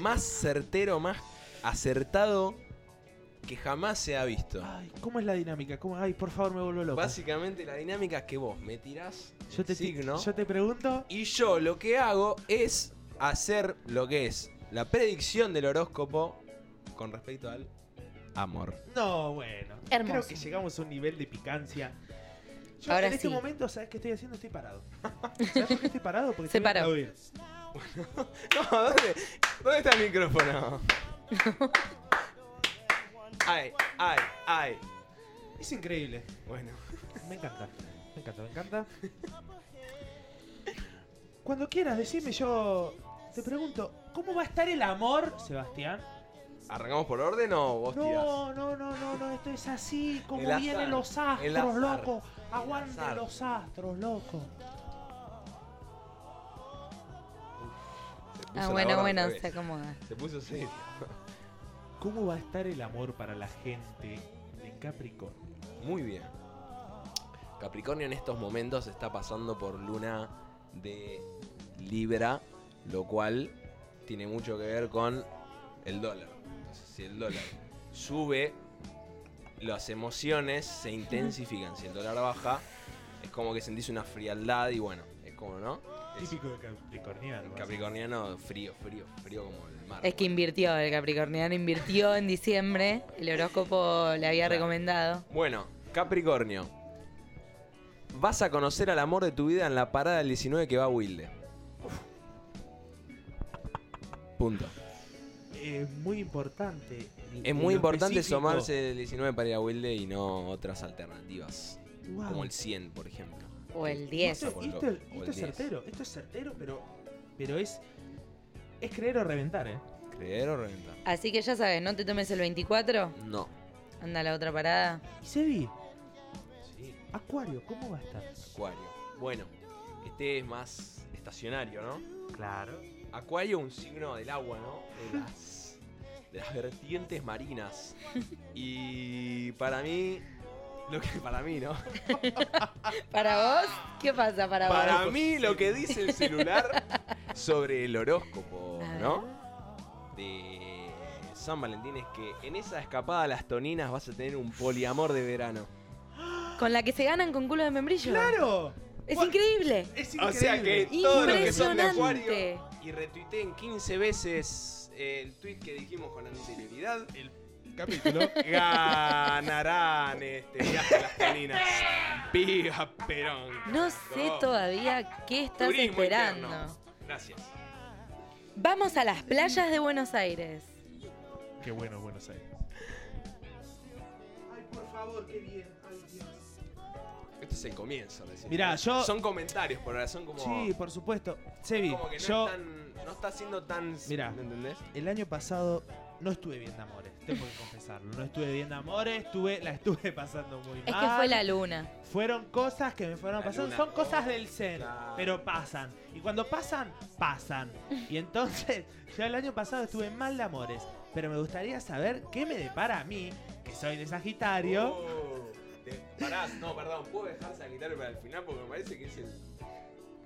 Speaker 2: más certero, más acertado que jamás se ha visto.
Speaker 1: Ay, ¿cómo es la dinámica? ¿Cómo? Ay, por favor, me vuelvo Ah, loco.
Speaker 2: Básicamente la dinámica es que vos me tirás
Speaker 1: yo te,
Speaker 2: el signo
Speaker 1: yo te pregunto.
Speaker 2: y yo lo que hago es hacer lo que es la predicción del horóscopo con respecto al amor.
Speaker 1: No, bueno.
Speaker 5: Hermoso.
Speaker 1: Creo que llegamos a un nivel de picancia. Yo
Speaker 5: Ahora
Speaker 1: en este
Speaker 5: sí.
Speaker 1: momento, ¿sabes qué estoy haciendo? Estoy parado. ¿Sabes por qué estoy parado? Porque te
Speaker 5: Se
Speaker 1: voy a
Speaker 5: paró.
Speaker 1: aplaudir.
Speaker 2: No, ¿dónde, dónde está el micrófono? Ay, ay, ay.
Speaker 1: Es increíble.
Speaker 2: Bueno,
Speaker 1: Me encanta. Me encanta, me encanta. Cuando quieras, decime yo. Te pregunto, ¿cómo va a estar el amor, Sebastián?
Speaker 2: ¿arrancamos por orden o vos tirás?
Speaker 1: No, no, no, no, no, esto es así, como
Speaker 2: El azar,
Speaker 1: vienen los
Speaker 2: el
Speaker 1: astros,
Speaker 2: azar,
Speaker 1: loco.
Speaker 2: el
Speaker 1: Aguante
Speaker 2: azar.
Speaker 1: los astros, loco.
Speaker 2: Se puso
Speaker 5: Ah,
Speaker 2: la
Speaker 5: bueno,
Speaker 2: gorra
Speaker 5: bueno,
Speaker 2: al
Speaker 5: se
Speaker 2: revés.
Speaker 5: acomoda.
Speaker 2: Se puso serio.
Speaker 1: ¿Cómo va a estar el amor para la gente de Capricornio?
Speaker 2: Muy bien. Capricornio en estos momentos está pasando por luna de Libra, lo cual tiene mucho que ver con el dólar. Entonces, si el dólar sube, las emociones se intensifican. Si el dólar baja, es como que sentís una frialdad y bueno, es como, ¿no? Es
Speaker 1: Típico de Capricorniano.
Speaker 2: capricorniano frío, frío, frío como el mar.
Speaker 5: Es que invirtió, el Capricorniano invirtió en diciembre. El horóscopo le había
Speaker 2: Claro.
Speaker 5: recomendado.
Speaker 2: Bueno, Capricornio. Vas a conocer al amor de tu vida en la parada del 19 que va a Wilde. Punto.
Speaker 1: Es muy importante. el-
Speaker 2: Es muy
Speaker 1: lo
Speaker 2: importante
Speaker 1: específico.
Speaker 2: sumarse del 19 para ir a Wilde y no otras alternativas.
Speaker 1: Wow.
Speaker 2: Como el 100, por ejemplo.
Speaker 5: O el
Speaker 1: No
Speaker 5: 10.
Speaker 1: sé,
Speaker 2: O el
Speaker 1: esto,
Speaker 2: lo-
Speaker 1: esto
Speaker 2: o el
Speaker 1: es
Speaker 2: 10.
Speaker 1: certero, esto es certero, pero, pero es, es creer o reventar, ¿eh?
Speaker 2: ¿Creer o reventar?
Speaker 5: Así que ya sabes, no te tomes el 24.
Speaker 2: No.
Speaker 5: Anda a la otra parada.
Speaker 1: Y Sebi,
Speaker 2: Sí,
Speaker 1: Acuario, ¿cómo va a estar?
Speaker 2: Acuario. Bueno, este es más estacionario, ¿no?
Speaker 1: Claro.
Speaker 2: Acuario, un signo del agua, ¿no? De las, de las vertientes marinas. Y para mí, lo que para mí, ¿no?
Speaker 5: ¿Para vos? ¿Qué pasa para,
Speaker 2: Para
Speaker 5: vos?
Speaker 2: mí, lo que dice el celular sobre el horóscopo,
Speaker 5: A ver.
Speaker 2: ¿no? De San Valentín es que en esa escapada a las toninas vas a tener un poliamor de verano.
Speaker 5: Con la que se ganan con culo de membrillo.
Speaker 1: ¡Claro!
Speaker 5: Es
Speaker 1: Gua-
Speaker 5: increíble.
Speaker 1: Es
Speaker 2: O sea que
Speaker 1: increíble.
Speaker 2: todos los que son de
Speaker 5: Impresionante.
Speaker 2: Acuario y retuiteen 15 veces eh, el tweet que dijimos con anterioridad, el capítulo, ganarán este viaje a las caninas. Viva Perón.
Speaker 5: No sé todavía qué estás
Speaker 2: Turismo
Speaker 5: esperando.
Speaker 2: interno. Gracias.
Speaker 5: Vamos a las playas de Buenos Aires.
Speaker 1: Qué bueno Buenos Aires.
Speaker 2: Este es el comienzo. recién.
Speaker 1: Mirá, yo-
Speaker 2: Son comentarios por ahora, son como...
Speaker 1: Sí, por supuesto. Sebi,
Speaker 2: como que no,
Speaker 1: yo
Speaker 2: es tan- no está siendo tan...
Speaker 1: Mirá.
Speaker 2: ¿me entendés?
Speaker 1: el año pasado no estuve bien de amores, tengo que confesarlo. No estuve bien de amores, estuve, la estuve pasando muy mal.
Speaker 5: Es que fue la luna.
Speaker 1: Fueron cosas que me fueron
Speaker 2: La
Speaker 1: pasando.
Speaker 2: luna.
Speaker 1: Son cosas del ser,
Speaker 2: Claro.
Speaker 1: pero pasan. Y cuando pasan, pasan. Y entonces, yo el año pasado estuve mal de amores. Pero me gustaría saber qué me depara a mí, que soy de
Speaker 5: Uh.
Speaker 1: Sagitario.
Speaker 2: Oh, te- pará, no, perdón, ¿puedo dejar Sagitario para el final? Porque me parece que es el...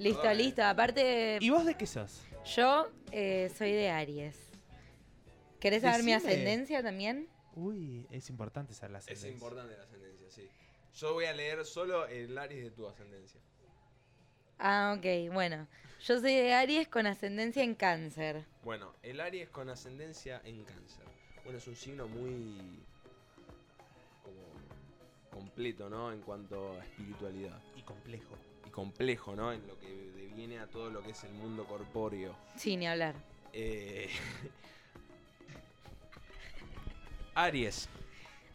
Speaker 5: Listo,
Speaker 2: Perdón, eh.
Speaker 5: listo. Aparte,
Speaker 1: ¿Y vos de qué sos?
Speaker 5: yo eh, soy de Aries. ¿Querés saber mi
Speaker 1: Decime.
Speaker 5: ascendencia también?
Speaker 1: Uy, es importante ser la
Speaker 2: Es
Speaker 1: ascendencia.
Speaker 2: importante la ascendencia, sí. Yo voy a leer solo el Aries de tu ascendencia.
Speaker 5: Ah, ok. Bueno, yo soy de Aries con ascendencia en cáncer.
Speaker 2: Bueno, el Aries con ascendencia en cáncer. Bueno, es un signo muy como completo, ¿no? En cuanto a espiritualidad.
Speaker 1: Y complejo.
Speaker 2: Y complejo, ¿no? En lo que deviene a todo lo que es el mundo corpóreo.
Speaker 5: Sí, ni hablar.
Speaker 2: Eh, Aries,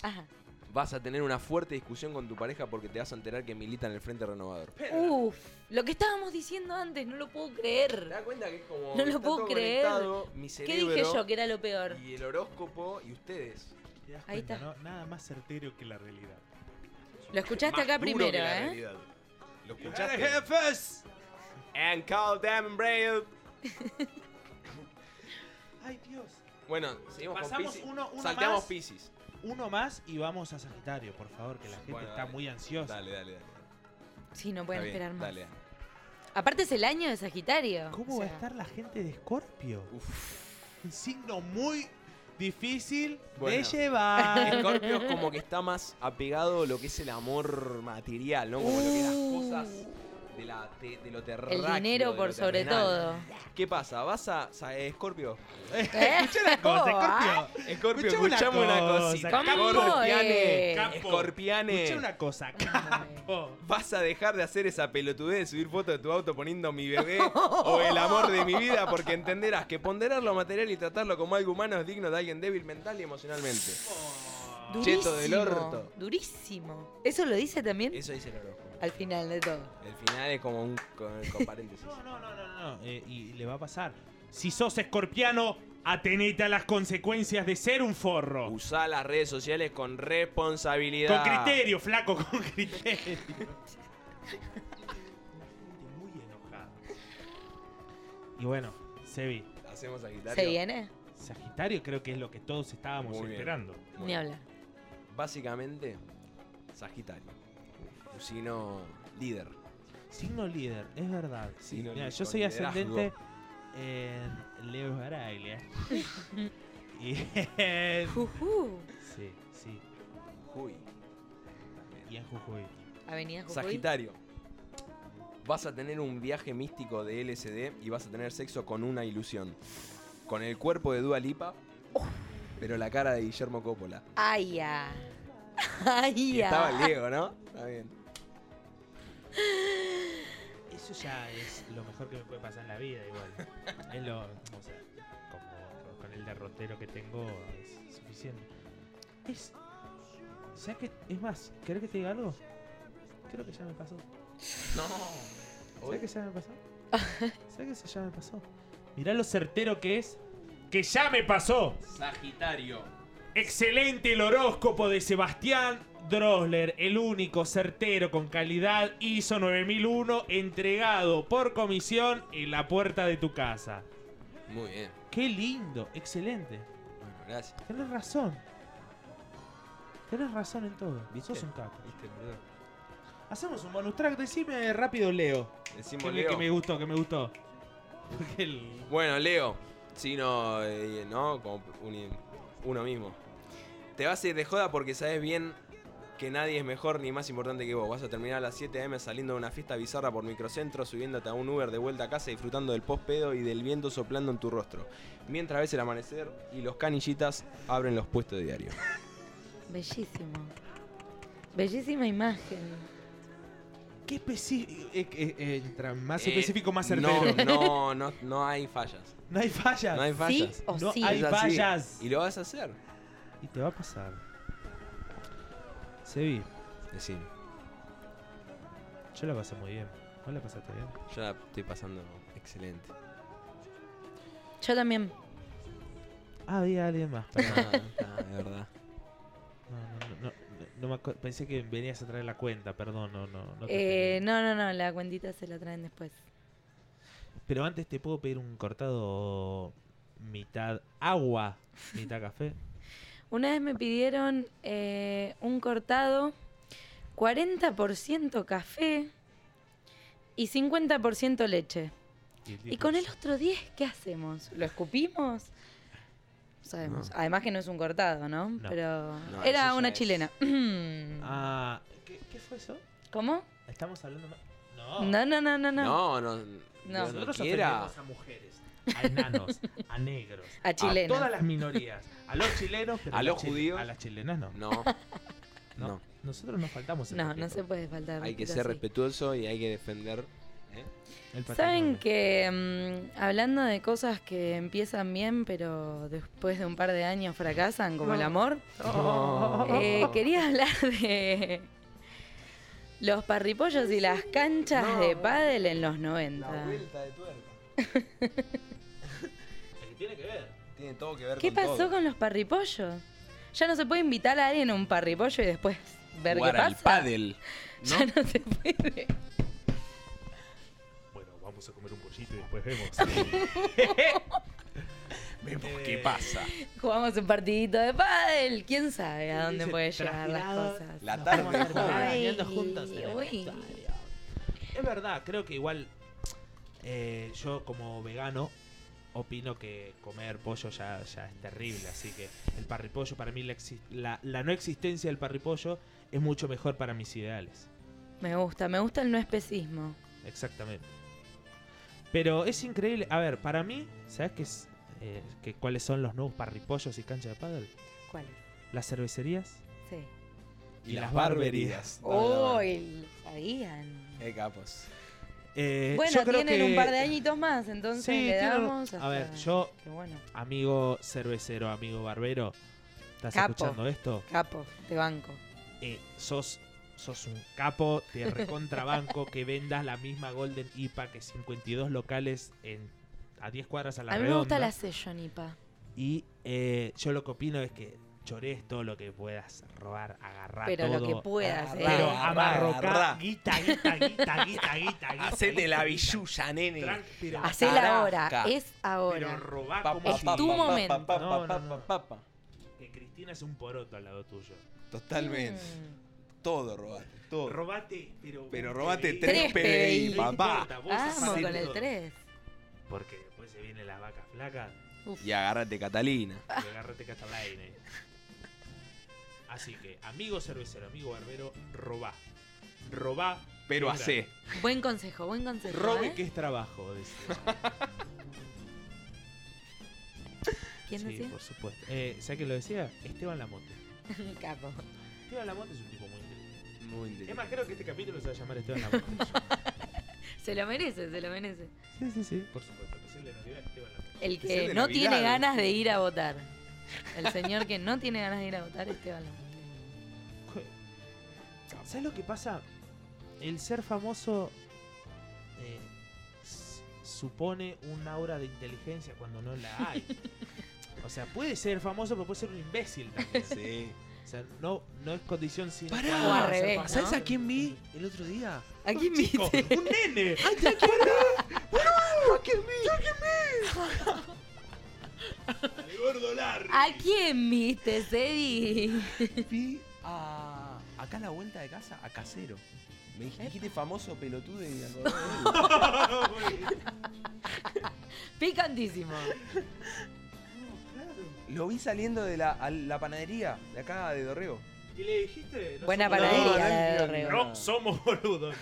Speaker 5: Ajá.
Speaker 2: Vas a tener una fuerte discusión con tu pareja porque te vas a enterar que milita en el Frente Renovador.
Speaker 5: Uf, lo que estábamos diciendo antes, no lo puedo
Speaker 2: ¿Te das
Speaker 5: creer.
Speaker 2: cuenta que es como.
Speaker 5: No lo
Speaker 2: está
Speaker 5: puedo
Speaker 2: todo
Speaker 5: creer.
Speaker 2: conectado, Mi
Speaker 5: ¿Qué
Speaker 2: cerebro
Speaker 5: dije yo que era lo peor?
Speaker 2: Y el horóscopo y ustedes.
Speaker 7: Te das
Speaker 5: Ahí
Speaker 7: cuenta,
Speaker 5: está.
Speaker 7: ¿no? Nada más certero que la realidad.
Speaker 5: Lo escuchaste
Speaker 2: Más
Speaker 5: Este acá
Speaker 2: duro
Speaker 5: primero,
Speaker 2: que la
Speaker 5: ¿eh?
Speaker 2: realidad. Lo
Speaker 4: ¡Dale,
Speaker 2: escuchaste.
Speaker 4: jefes!
Speaker 2: And call them brave.
Speaker 4: ¡Ay, Dios!
Speaker 2: Bueno, seguimos
Speaker 4: Pasamos
Speaker 2: con Pisces.
Speaker 4: uno- uno
Speaker 2: Salteamos
Speaker 4: más.
Speaker 2: Pisces.
Speaker 1: Uno más y vamos a Sagitario, por favor, que la gente
Speaker 2: Bueno,
Speaker 1: está
Speaker 2: dale.
Speaker 1: muy ansiosa.
Speaker 2: Dale, dale, dale.
Speaker 5: Sí, no pueden
Speaker 2: Está bien,
Speaker 5: esperar más.
Speaker 2: Dale.
Speaker 5: Aparte es el año de Sagitario.
Speaker 1: ¿Cómo
Speaker 5: o
Speaker 1: va a
Speaker 5: sea,
Speaker 1: estar la gente de Escorpio?
Speaker 2: Uf.
Speaker 1: Un signo muy difícil de
Speaker 2: Bueno.
Speaker 1: llevar.
Speaker 2: Scorpio es como que está más apegado a lo que es el amor material, ¿no? Como lo que
Speaker 5: Uh.
Speaker 2: las cosas de, la, te- de lo terráqueo.
Speaker 5: El dinero
Speaker 2: de
Speaker 5: por
Speaker 2: lo
Speaker 5: sobre
Speaker 2: terrenal.
Speaker 5: todo.
Speaker 2: ¿Qué pasa? ¿Vas a, a- eh, Scorpio?
Speaker 5: ¿Eh?
Speaker 1: Cosa,
Speaker 5: ¿Cómo Ah, va?
Speaker 1: Escorpio.
Speaker 2: Scorpio,
Speaker 1: Escuchá una
Speaker 2: escuchame una,
Speaker 1: cosa,
Speaker 2: cosita.
Speaker 5: Campo, eh.
Speaker 2: Scorpiane,
Speaker 1: Capo.
Speaker 2: Scorpiane,
Speaker 1: Escuché una cosa, capo.
Speaker 2: ¿vas a dejar de hacer esa pelotudez de subir fotos de tu auto poniendo mi bebé o el amor de mi vida? Porque entenderás que ponderar lo material y tratarlo como algo humano es digno de alguien débil mental y emocionalmente.
Speaker 5: Durísimo.
Speaker 2: Cheto del orto.
Speaker 5: Durísimo. ¿Eso lo dice también?
Speaker 2: Eso dice el horóscopo.
Speaker 5: Al final de todo.
Speaker 2: El final es como un con, con paréntesis.
Speaker 1: No, no, no, no, no. eh, y le va a pasar. Si sos escorpiano, atenete a las consecuencias de ser un forro.
Speaker 2: Usá las redes sociales con responsabilidad.
Speaker 1: Con criterio, flaco, con criterio. muy enojada. Y bueno, Sebi,
Speaker 2: Hacemos Sagitario.
Speaker 5: ¿Se viene?
Speaker 1: Sagitario creo que es lo que todos estábamos
Speaker 2: Muy bien.
Speaker 1: esperando.
Speaker 2: Bueno,
Speaker 5: Ni hablar.
Speaker 2: Básicamente, Sagitario. Un signo líder.
Speaker 1: Signo líder, es verdad. sí.
Speaker 2: Signo
Speaker 1: Mira,
Speaker 2: líder,
Speaker 1: yo
Speaker 2: con
Speaker 1: soy
Speaker 2: liderazgo.
Speaker 1: ascendente en Leo Baraglia. y en-
Speaker 5: Jujú.
Speaker 1: sí, sí.
Speaker 2: Uy.
Speaker 1: Y en Jujuy.
Speaker 5: Avenida Jujuy.
Speaker 2: Sagitario. Vas a tener un viaje místico de LSD y vas a tener sexo con una ilusión. Con el cuerpo de Dua Lipa, pero la cara de Guillermo Coppola.
Speaker 5: Ay, ya. Ay,
Speaker 2: Y
Speaker 5: ya.
Speaker 2: estaba el Diego, ¿no? Está bien.
Speaker 1: Eso ya es lo mejor que me puede pasar en la vida, igual. es lo. O sea, como con el derrotero que tengo es suficiente. Es. ¿Sabes qué? Es más, ¿querés que te diga algo? Creo que ya me pasó.
Speaker 2: No.
Speaker 1: ¿Sabes que ya me pasó? ¿Sabes que ya me pasó? Mirá lo certero que es. ¡Que ya me pasó!
Speaker 2: Sagitario.
Speaker 1: Excelente el horóscopo de Sebastián Drosler, el único certero con calidad ISO 9001 entregado por comisión en la puerta de tu casa.
Speaker 2: Muy bien.
Speaker 1: Qué lindo, excelente.
Speaker 2: Bueno, gracias.
Speaker 1: Tenés razón. Tenés razón en todo.
Speaker 2: ¿Viste?
Speaker 1: Sos un capo.
Speaker 2: Viste, boludo.
Speaker 1: Hacemos un bonus track, decime rápido Leo.
Speaker 2: Decimos
Speaker 1: Que me,
Speaker 2: Leo.
Speaker 1: que me gustó, que me gustó. Porque el-
Speaker 2: Bueno, Leo, sino, eh, ¿no? Como uni- uno mismo. Te vas a ir de joda porque sabes bien que nadie es mejor ni más importante que vos. Vas a terminar a las 7 am saliendo de una fiesta bizarra por microcentro, subiéndote a un Uber de vuelta a casa, disfrutando del pospedo y del viento soplando en tu rostro. Mientras ves el amanecer y los canillitas abren los puestos de diario.
Speaker 5: Bellísimo. Bellísima imagen.
Speaker 1: ¿Qué eh, específico? más
Speaker 2: Eh,
Speaker 1: específico, más certero.
Speaker 2: no,
Speaker 1: No,
Speaker 2: no, no, no hay fallas.
Speaker 1: hay fallas.
Speaker 2: No hay fallas.
Speaker 5: ¿Sí o
Speaker 1: No
Speaker 5: sí?
Speaker 1: hay
Speaker 2: Es así.
Speaker 1: fallas.
Speaker 2: Y lo vas a hacer.
Speaker 1: Y te va a pasar. Sebi,
Speaker 2: Decime,
Speaker 1: yo la pasé muy bien. ¿Vos la pasaste bien?
Speaker 2: yo la estoy pasando excelente.
Speaker 5: Yo también.
Speaker 1: Ah, había alguien más. perdón.
Speaker 2: Ah, ah, de verdad.
Speaker 1: No, no, no, no, no me acuerdo. Pensé que venías a traer la cuenta, perdón, no, no. no te
Speaker 5: Eh,
Speaker 1: entendí.
Speaker 5: no, no, no, la cuentita se la traen después.
Speaker 1: Pero antes te puedo pedir un cortado mitad agua, mitad café.
Speaker 5: Una vez me pidieron eh, un cortado 40% café y 50% leche.
Speaker 1: el
Speaker 5: ¿Y con el
Speaker 1: 10%.
Speaker 5: otro 10 qué hacemos? ¿Lo escupimos? No Sabemos.
Speaker 2: No.
Speaker 5: Además que no es un cortado, ¿no?
Speaker 1: No.
Speaker 5: Pero
Speaker 2: No, eso
Speaker 5: era
Speaker 2: ya
Speaker 5: una
Speaker 2: es-
Speaker 5: chilena.
Speaker 1: Ah, ¿qué, qué fue eso?
Speaker 5: ¿Cómo?
Speaker 1: ¿Estamos hablando más? No.
Speaker 5: No, no, no, no, no.
Speaker 2: No, no. Dios no
Speaker 1: Nosotros
Speaker 2: quiera.
Speaker 1: ofendemos a mujeres, a enanos, a negros,
Speaker 5: A chilenos.
Speaker 1: todas las minorías, a los chilenos, pero
Speaker 2: A
Speaker 1: las
Speaker 2: los
Speaker 1: chile-
Speaker 2: judíos.
Speaker 1: a las chilenas no.
Speaker 2: No.
Speaker 1: No.
Speaker 2: No.
Speaker 1: Nosotros nos faltamos. el
Speaker 5: No, no
Speaker 1: respeto.
Speaker 5: se puede faltar.
Speaker 2: Hay que
Speaker 5: respeto
Speaker 2: ser
Speaker 5: así.
Speaker 2: respetuoso y hay que defender
Speaker 3: ¿eh?
Speaker 9: El
Speaker 5: Saben
Speaker 9: patrimonio.
Speaker 5: que mm, hablando de cosas que empiezan bien, pero después de un par de años fracasan, como el amor,
Speaker 1: Oh,
Speaker 5: eh, quería hablar de los parripollos y las canchas de pádel en los 90.
Speaker 3: de tuerca.
Speaker 1: El que tiene que ver.
Speaker 3: Tiene todo que ver
Speaker 5: ¿Qué
Speaker 3: con
Speaker 5: pasó
Speaker 3: todo.
Speaker 5: con los parripollos? Ya no se puede invitar a alguien a un parripollo y después ver
Speaker 3: Jugar
Speaker 5: qué
Speaker 3: al
Speaker 5: pasa.
Speaker 3: pádel.
Speaker 5: Ya no se puede.
Speaker 2: Bueno, vamos a comer un pollito y después vemos.
Speaker 3: Vemos
Speaker 2: Eh,
Speaker 3: qué pasa.
Speaker 5: Jugamos un partidito de pádel. ¿Quién sabe a dónde
Speaker 1: Dice,
Speaker 5: puede llegar las
Speaker 1: "Trastirado,
Speaker 5: cosas?
Speaker 3: La
Speaker 1: nos
Speaker 3: tarde
Speaker 1: vamos a
Speaker 3: de juego".
Speaker 1: terminar bañando
Speaker 5: Ay,
Speaker 1: juntos en el
Speaker 5: uy.
Speaker 1: vestuario. Es verdad, creo que igual eh, yo como vegano opino que comer pollo ya, ya es terrible, así que el parripollo para mí la, exi- la- la no existencia del parripollo es mucho mejor para mis ideales.
Speaker 5: Me gusta, me gusta el no especismo.
Speaker 1: Exactamente. Pero es increíble. A ver, para mí, ¿sabes qué es, eh, que, cuáles son los nuevos parripollos y cancha de pádel?
Speaker 5: ¿Cuál?
Speaker 1: Las cervecerías.
Speaker 5: Sí.
Speaker 3: Y, las barberías.
Speaker 5: Uy, sabían.
Speaker 3: Qué capos.
Speaker 1: Eh, yo
Speaker 5: bueno,
Speaker 1: creo
Speaker 5: tienen
Speaker 1: que-
Speaker 5: un par de añitos más, entonces
Speaker 1: Sí,
Speaker 5: le
Speaker 1: tienen-
Speaker 5: damos.
Speaker 1: A ver,
Speaker 5: hasta-
Speaker 1: yo,
Speaker 5: Qué bueno.
Speaker 1: amigo cervecero, amigo barbero, ¿estás
Speaker 5: Capo.
Speaker 1: escuchando esto?
Speaker 5: Capo, te banco.
Speaker 1: Eh, sos, sos un capo, te recontrabanco que vendas la misma Golden IPA que 52 locales en, a 10 cuadras a la
Speaker 5: a mí
Speaker 1: redonda.
Speaker 5: me gusta la Session IPA.
Speaker 1: Y eh, yo lo que opino es que chores todo lo que puedas robar, agarrar
Speaker 5: Pero
Speaker 1: todo.
Speaker 5: lo que puedas, eh.
Speaker 1: Pero
Speaker 3: Agarrá,
Speaker 1: amarrocá,
Speaker 3: agarrá.
Speaker 1: guita, guita, guita, guita, guita, guita.
Speaker 3: Hacete
Speaker 1: guita.
Speaker 3: la billulla, nene.
Speaker 1: Tranqui, pero-
Speaker 5: Hacela ahora,
Speaker 3: Taraca.
Speaker 5: es ahora.
Speaker 1: Pero robá
Speaker 3: Pa,
Speaker 1: como
Speaker 3: pa,
Speaker 5: Es
Speaker 1: si-
Speaker 3: pa,
Speaker 5: tu
Speaker 3: pa, pa,
Speaker 5: momento.
Speaker 3: pa,
Speaker 1: No,
Speaker 3: pa,
Speaker 1: no,
Speaker 3: pa,
Speaker 1: no.
Speaker 3: pa, pa.
Speaker 1: Que Cristina es un poroto al lado tuyo.
Speaker 3: Totalmente.
Speaker 5: Mm.
Speaker 3: Todo robaste. Todo.
Speaker 1: Robate, pero.
Speaker 3: Oh. Pero
Speaker 1: un
Speaker 3: robate
Speaker 1: PBI.
Speaker 3: tres
Speaker 5: tres
Speaker 3: PBI,
Speaker 5: PBI.
Speaker 3: papá.
Speaker 1: Importa, vos
Speaker 5: Vamos
Speaker 1: hacés
Speaker 5: con el
Speaker 1: todo.
Speaker 5: 3.
Speaker 1: Porque después se vienen las vacas flacas
Speaker 5: Uf.
Speaker 3: Y agárrate, Catalina.
Speaker 1: y agárrate que hasta el aire. Así que, amigo cervecero, amigo barbero, robá. Robá.
Speaker 3: Pero
Speaker 1: Mira.
Speaker 3: hacé.
Speaker 5: Buen consejo, buen consejo.
Speaker 1: Robe
Speaker 5: ¿eh?
Speaker 1: que es trabajo, decía.
Speaker 5: ¿Quién
Speaker 1: sí,
Speaker 5: decía?
Speaker 1: por supuesto. Eh, ¿Sabes quién lo decía? Esteban Lamonte.
Speaker 5: Capo.
Speaker 1: Esteban Lamonte es un tipo muy inteligente.
Speaker 3: Muy
Speaker 1: Es
Speaker 3: inteligente.
Speaker 1: más, creo que este capítulo se va a llamar Esteban Lamonte.
Speaker 5: Se lo merece, se lo merece.
Speaker 1: sí, sí, sí. Por supuesto, especial de Navidad, Esteban Lamonte.
Speaker 5: El
Speaker 3: Es el
Speaker 5: que
Speaker 3: de
Speaker 5: no
Speaker 3: Navidad,
Speaker 5: tiene
Speaker 3: ¿eh?
Speaker 5: ganas de ir a votar. El señor que no tiene ganas de ir a votar, Esteban. Lamonte.
Speaker 1: ¿Sabes lo que pasa? El ser famoso eh, s- supone un aura de inteligencia cuando no la hay. O sea, puede ser famoso, pero puede ser un imbécil también.
Speaker 3: Sí.
Speaker 1: O sea, no, no es condición sin.
Speaker 5: O al revés, ¿no?
Speaker 10: ¿Sabes a quién vi el otro día?
Speaker 5: Aquí me dice,
Speaker 1: ¡Un nene!
Speaker 5: ¿A quién viste, Sebi?
Speaker 10: Vi a. Acá a la vuelta de casa, a Casero.
Speaker 3: Me dij- dijiste famoso pelotudo y me acordé de él.
Speaker 5: Picantísimo.
Speaker 3: Lo vi saliendo de la, a la panadería de acá de Dorrego.
Speaker 1: ¿Y le dijiste? No
Speaker 5: Buena
Speaker 1: somos-
Speaker 5: panadería
Speaker 3: no,
Speaker 5: la de
Speaker 3: no,
Speaker 5: Dorrego.
Speaker 2: No somos boludos.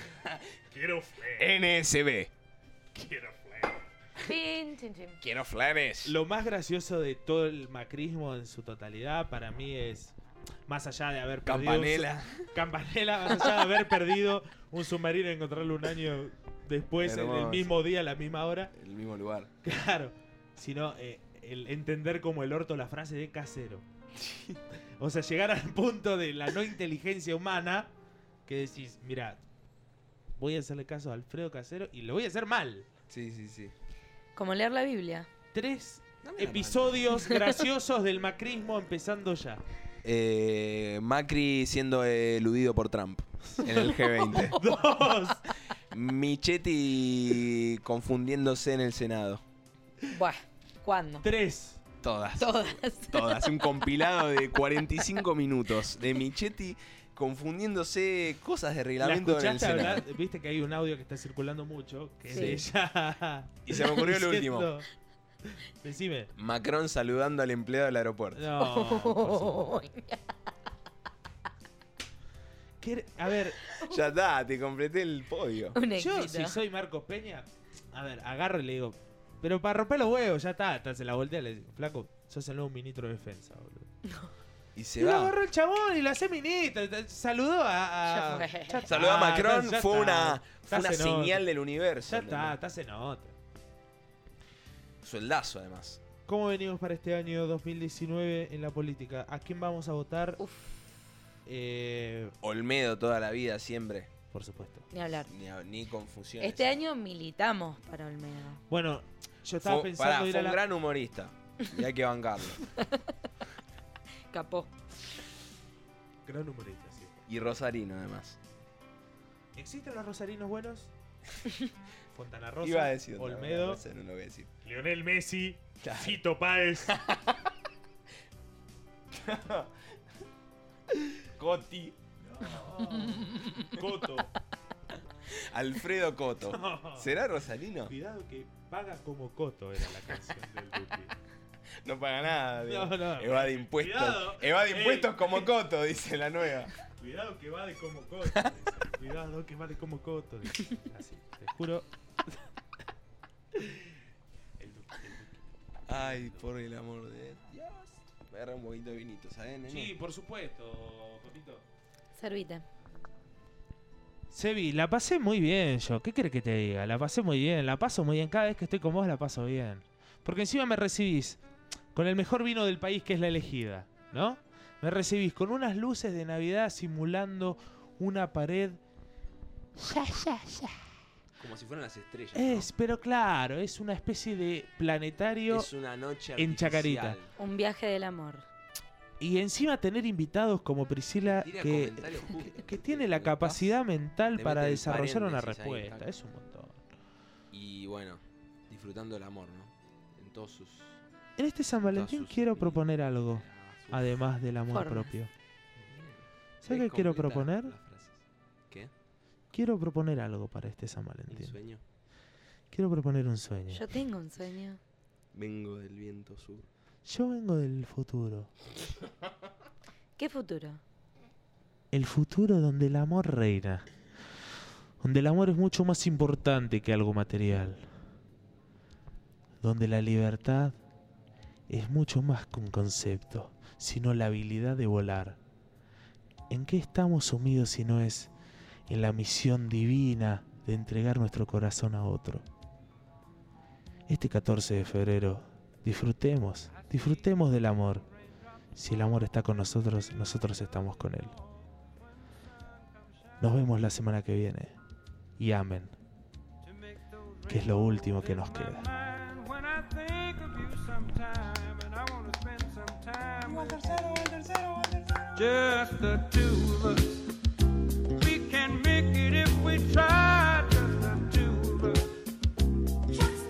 Speaker 2: Quiero fle,
Speaker 3: NSB.
Speaker 2: quiero fle.
Speaker 5: Chin, chin, chin.
Speaker 3: Quiero flanes.
Speaker 1: Lo más gracioso de todo el macrismo en su totalidad para mí es. Más allá de haber perdido. un su-
Speaker 3: Campanela.
Speaker 1: Campanela, más allá de haber perdido un submarino y encontrarlo un año después, en el
Speaker 3: Hermoso.
Speaker 1: mismo día, a la misma hora.
Speaker 3: El mismo lugar.
Speaker 1: Claro. Sino eh, el entender como el orto la frase de casero. O sea, llegar al punto de la no inteligencia humana que decís, mira, voy a hacerle caso a Alfredo Casero y lo voy a hacer mal.
Speaker 3: Sí, sí, sí.
Speaker 5: Como leer la Biblia.
Speaker 1: Tres
Speaker 3: Dame la
Speaker 1: episodios graciosos del macrismo empezando ya.
Speaker 3: Eh, Macri siendo eludido por Trump en el G20.
Speaker 1: Dos.
Speaker 3: Michetti confundiéndose en el Senado.
Speaker 5: Buah, ¿cuándo?
Speaker 1: Tres.
Speaker 3: Todas.
Speaker 5: Todas.
Speaker 3: Todas. Un compilado de 45 minutos de Michetti confundiéndose cosas de
Speaker 1: ¿La
Speaker 3: reglamento en el
Speaker 1: escuchaste
Speaker 3: Senado.
Speaker 1: hablar? Viste que hay un audio que está circulando mucho, que es
Speaker 5: Sí.
Speaker 1: ella
Speaker 3: Y se me ocurrió lo último.
Speaker 1: diciendo- Decime.
Speaker 3: Macron saludando al empleado del aeropuerto.
Speaker 1: No. por supuesto. ¿Qué- A ver,
Speaker 3: Ya está, te completé el podio.
Speaker 5: Un éxito.
Speaker 1: yo si soy Marcos Peña, a ver, agarro y le digo, pero para romper los huevos, ya está, te hace la voltea y le digo, flaco, sos el nuevo ministro de defensa, boludo.
Speaker 2: Y
Speaker 1: Y
Speaker 2: se
Speaker 1: lo
Speaker 2: va.
Speaker 1: agarró el chabón y la hace minita. t- Saludó a. a-
Speaker 5: Ya fue.
Speaker 1: está,
Speaker 2: Saludó a Macron,
Speaker 1: Ah, ya
Speaker 2: fue
Speaker 1: está.
Speaker 2: una, fue
Speaker 1: Está
Speaker 2: una
Speaker 1: hace nota.
Speaker 2: señal del universo.
Speaker 1: Ya está,
Speaker 2: ¿entendés?
Speaker 1: está se nota.
Speaker 2: Sueldazo, además.
Speaker 1: ¿Cómo venimos para este año 2019 en la política? ¿A quién vamos a votar?
Speaker 5: Uf.
Speaker 1: Eh,
Speaker 2: Olmedo toda la vida, siempre.
Speaker 1: por supuesto.
Speaker 5: Ni hablar.
Speaker 2: Ni, ni confusiones.
Speaker 5: Este año militamos para Olmedo.
Speaker 1: Bueno, yo estaba
Speaker 2: Fue,
Speaker 1: pensando
Speaker 2: pará,
Speaker 1: ir
Speaker 2: fue
Speaker 1: a
Speaker 2: un
Speaker 1: la.
Speaker 2: gran humorista. Y hay que bancarlo.
Speaker 5: Capó.
Speaker 1: gran humorista, sí.
Speaker 2: Y Rosarino, además.
Speaker 1: ¿Existen los rosarinos buenos? Fontana Rosa,
Speaker 2: Iba a decir otra
Speaker 1: Olmedo.
Speaker 2: cosa, no lo voy a decir.
Speaker 11: Lionel Messi,
Speaker 2: Claro.
Speaker 11: Fito Páez.
Speaker 2: Coti.
Speaker 11: Coto.
Speaker 2: Alfredo Coto. ¿Será Rosarino?
Speaker 1: Cuidado que paga como coto era la canción del Duki.
Speaker 2: No paga nada. digo.
Speaker 1: No, eh, no.
Speaker 2: Evade impuestos.
Speaker 11: Cuidado.
Speaker 2: Evade
Speaker 11: Ey.
Speaker 2: impuestos como Coto, dice la nueva.
Speaker 11: Cuidado que va de como Coto. dice.
Speaker 1: Cuidado que vale como coto. dice. Así, te juro. El Duki, el Duki.
Speaker 2: Ay, por el amor de Dios. Me agarra un poquito de vinito, ¿sabes, nene?
Speaker 1: Sí, por supuesto, Cotito.
Speaker 5: Servite.
Speaker 1: Sebi, la pasé muy bien yo. ¿Qué querés que te diga? La pasé muy bien, la paso muy bien. Cada vez que estoy con vos la paso bien. Porque encima me recibís con el mejor vino del país que es la elegida, ¿no? Me recibís con unas luces de Navidad simulando una pared.
Speaker 2: Como si fueran las estrellas. ¿no?
Speaker 1: Es, pero claro, es una especie de planetario.
Speaker 2: Es una noche
Speaker 1: en
Speaker 2: artificial.
Speaker 1: Chacarita.
Speaker 5: Un viaje del amor.
Speaker 1: Y encima tener invitados como Priscila
Speaker 2: Tira
Speaker 1: que,
Speaker 2: comentarios justos.
Speaker 1: que tiene la
Speaker 2: Lo que pasa-
Speaker 1: capacidad mental
Speaker 2: le
Speaker 1: para
Speaker 2: mete el
Speaker 1: desarrollar una
Speaker 2: paréntesis ahí,
Speaker 1: respuesta.
Speaker 2: tac.
Speaker 1: es un montón.
Speaker 2: Y bueno, disfrutando el amor, ¿no? En todos sus.
Speaker 1: En este San Valentín
Speaker 2: Todas sus-
Speaker 1: quiero proponer algo. Además del amor
Speaker 5: Formas.
Speaker 1: propio.
Speaker 2: ¿Sabés
Speaker 1: qué quiero
Speaker 2: completas
Speaker 1: proponer?
Speaker 2: las frases? ¿Qué?
Speaker 1: Quiero proponer algo para este San
Speaker 2: ¿Un
Speaker 1: Valentín.
Speaker 2: sueño?
Speaker 1: Quiero proponer un sueño.
Speaker 5: Yo tengo un sueño.
Speaker 2: Vengo del viento sur.
Speaker 1: Yo vengo del futuro.
Speaker 5: ¿Qué futuro?
Speaker 1: El futuro donde el amor reina. Donde el amor es mucho más importante que algo material. Donde la libertad es mucho más que un concepto, sino la habilidad de volar. ¿En qué estamos sumidos si no es en la misión divina de entregar nuestro corazón a otro? Este 14 de febrero, disfrutemos, disfrutemos del amor. Si el amor está con nosotros, nosotros estamos con él. Nos vemos la semana que viene. Y amén. Que es lo último que nos queda.
Speaker 12: Just the two of us. We can make it if we try. Just the two of us. Just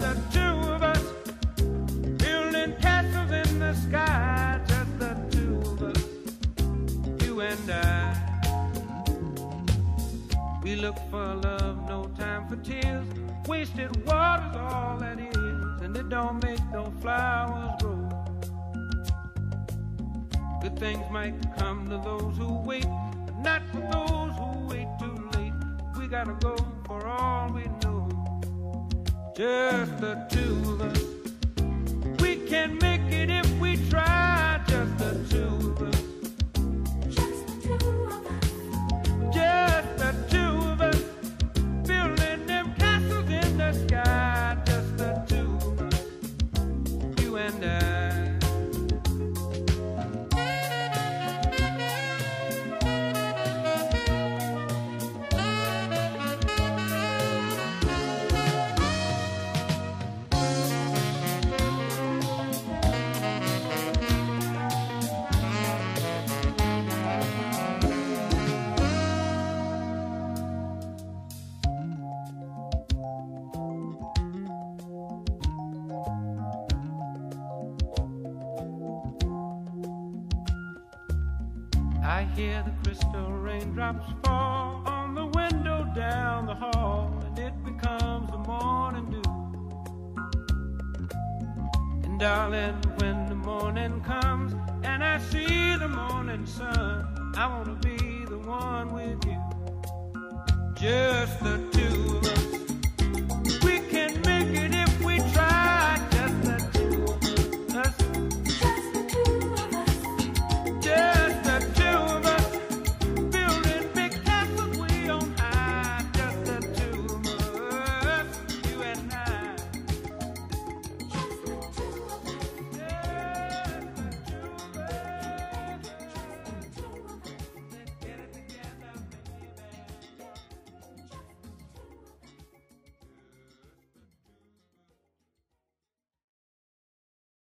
Speaker 12: the two of us. Building castles in the sky. Just the two of us. You and I. We look for love, no time for tears. Wasted water's all that is. And it don't make no flowers grow. Good things might come to those who wait, but not for those who wait too late. We gotta go for all we know. Just the two of us. We can make it if we try. Just the two of us. Just the two of us. Building them castles in the sky. Just the two of us. You and I. I hear the crystal raindrops fall on the window down the hall, and it becomes the morning dew. And darling, when the morning comes and I see the morning sun, I wanna be the one with you. Just the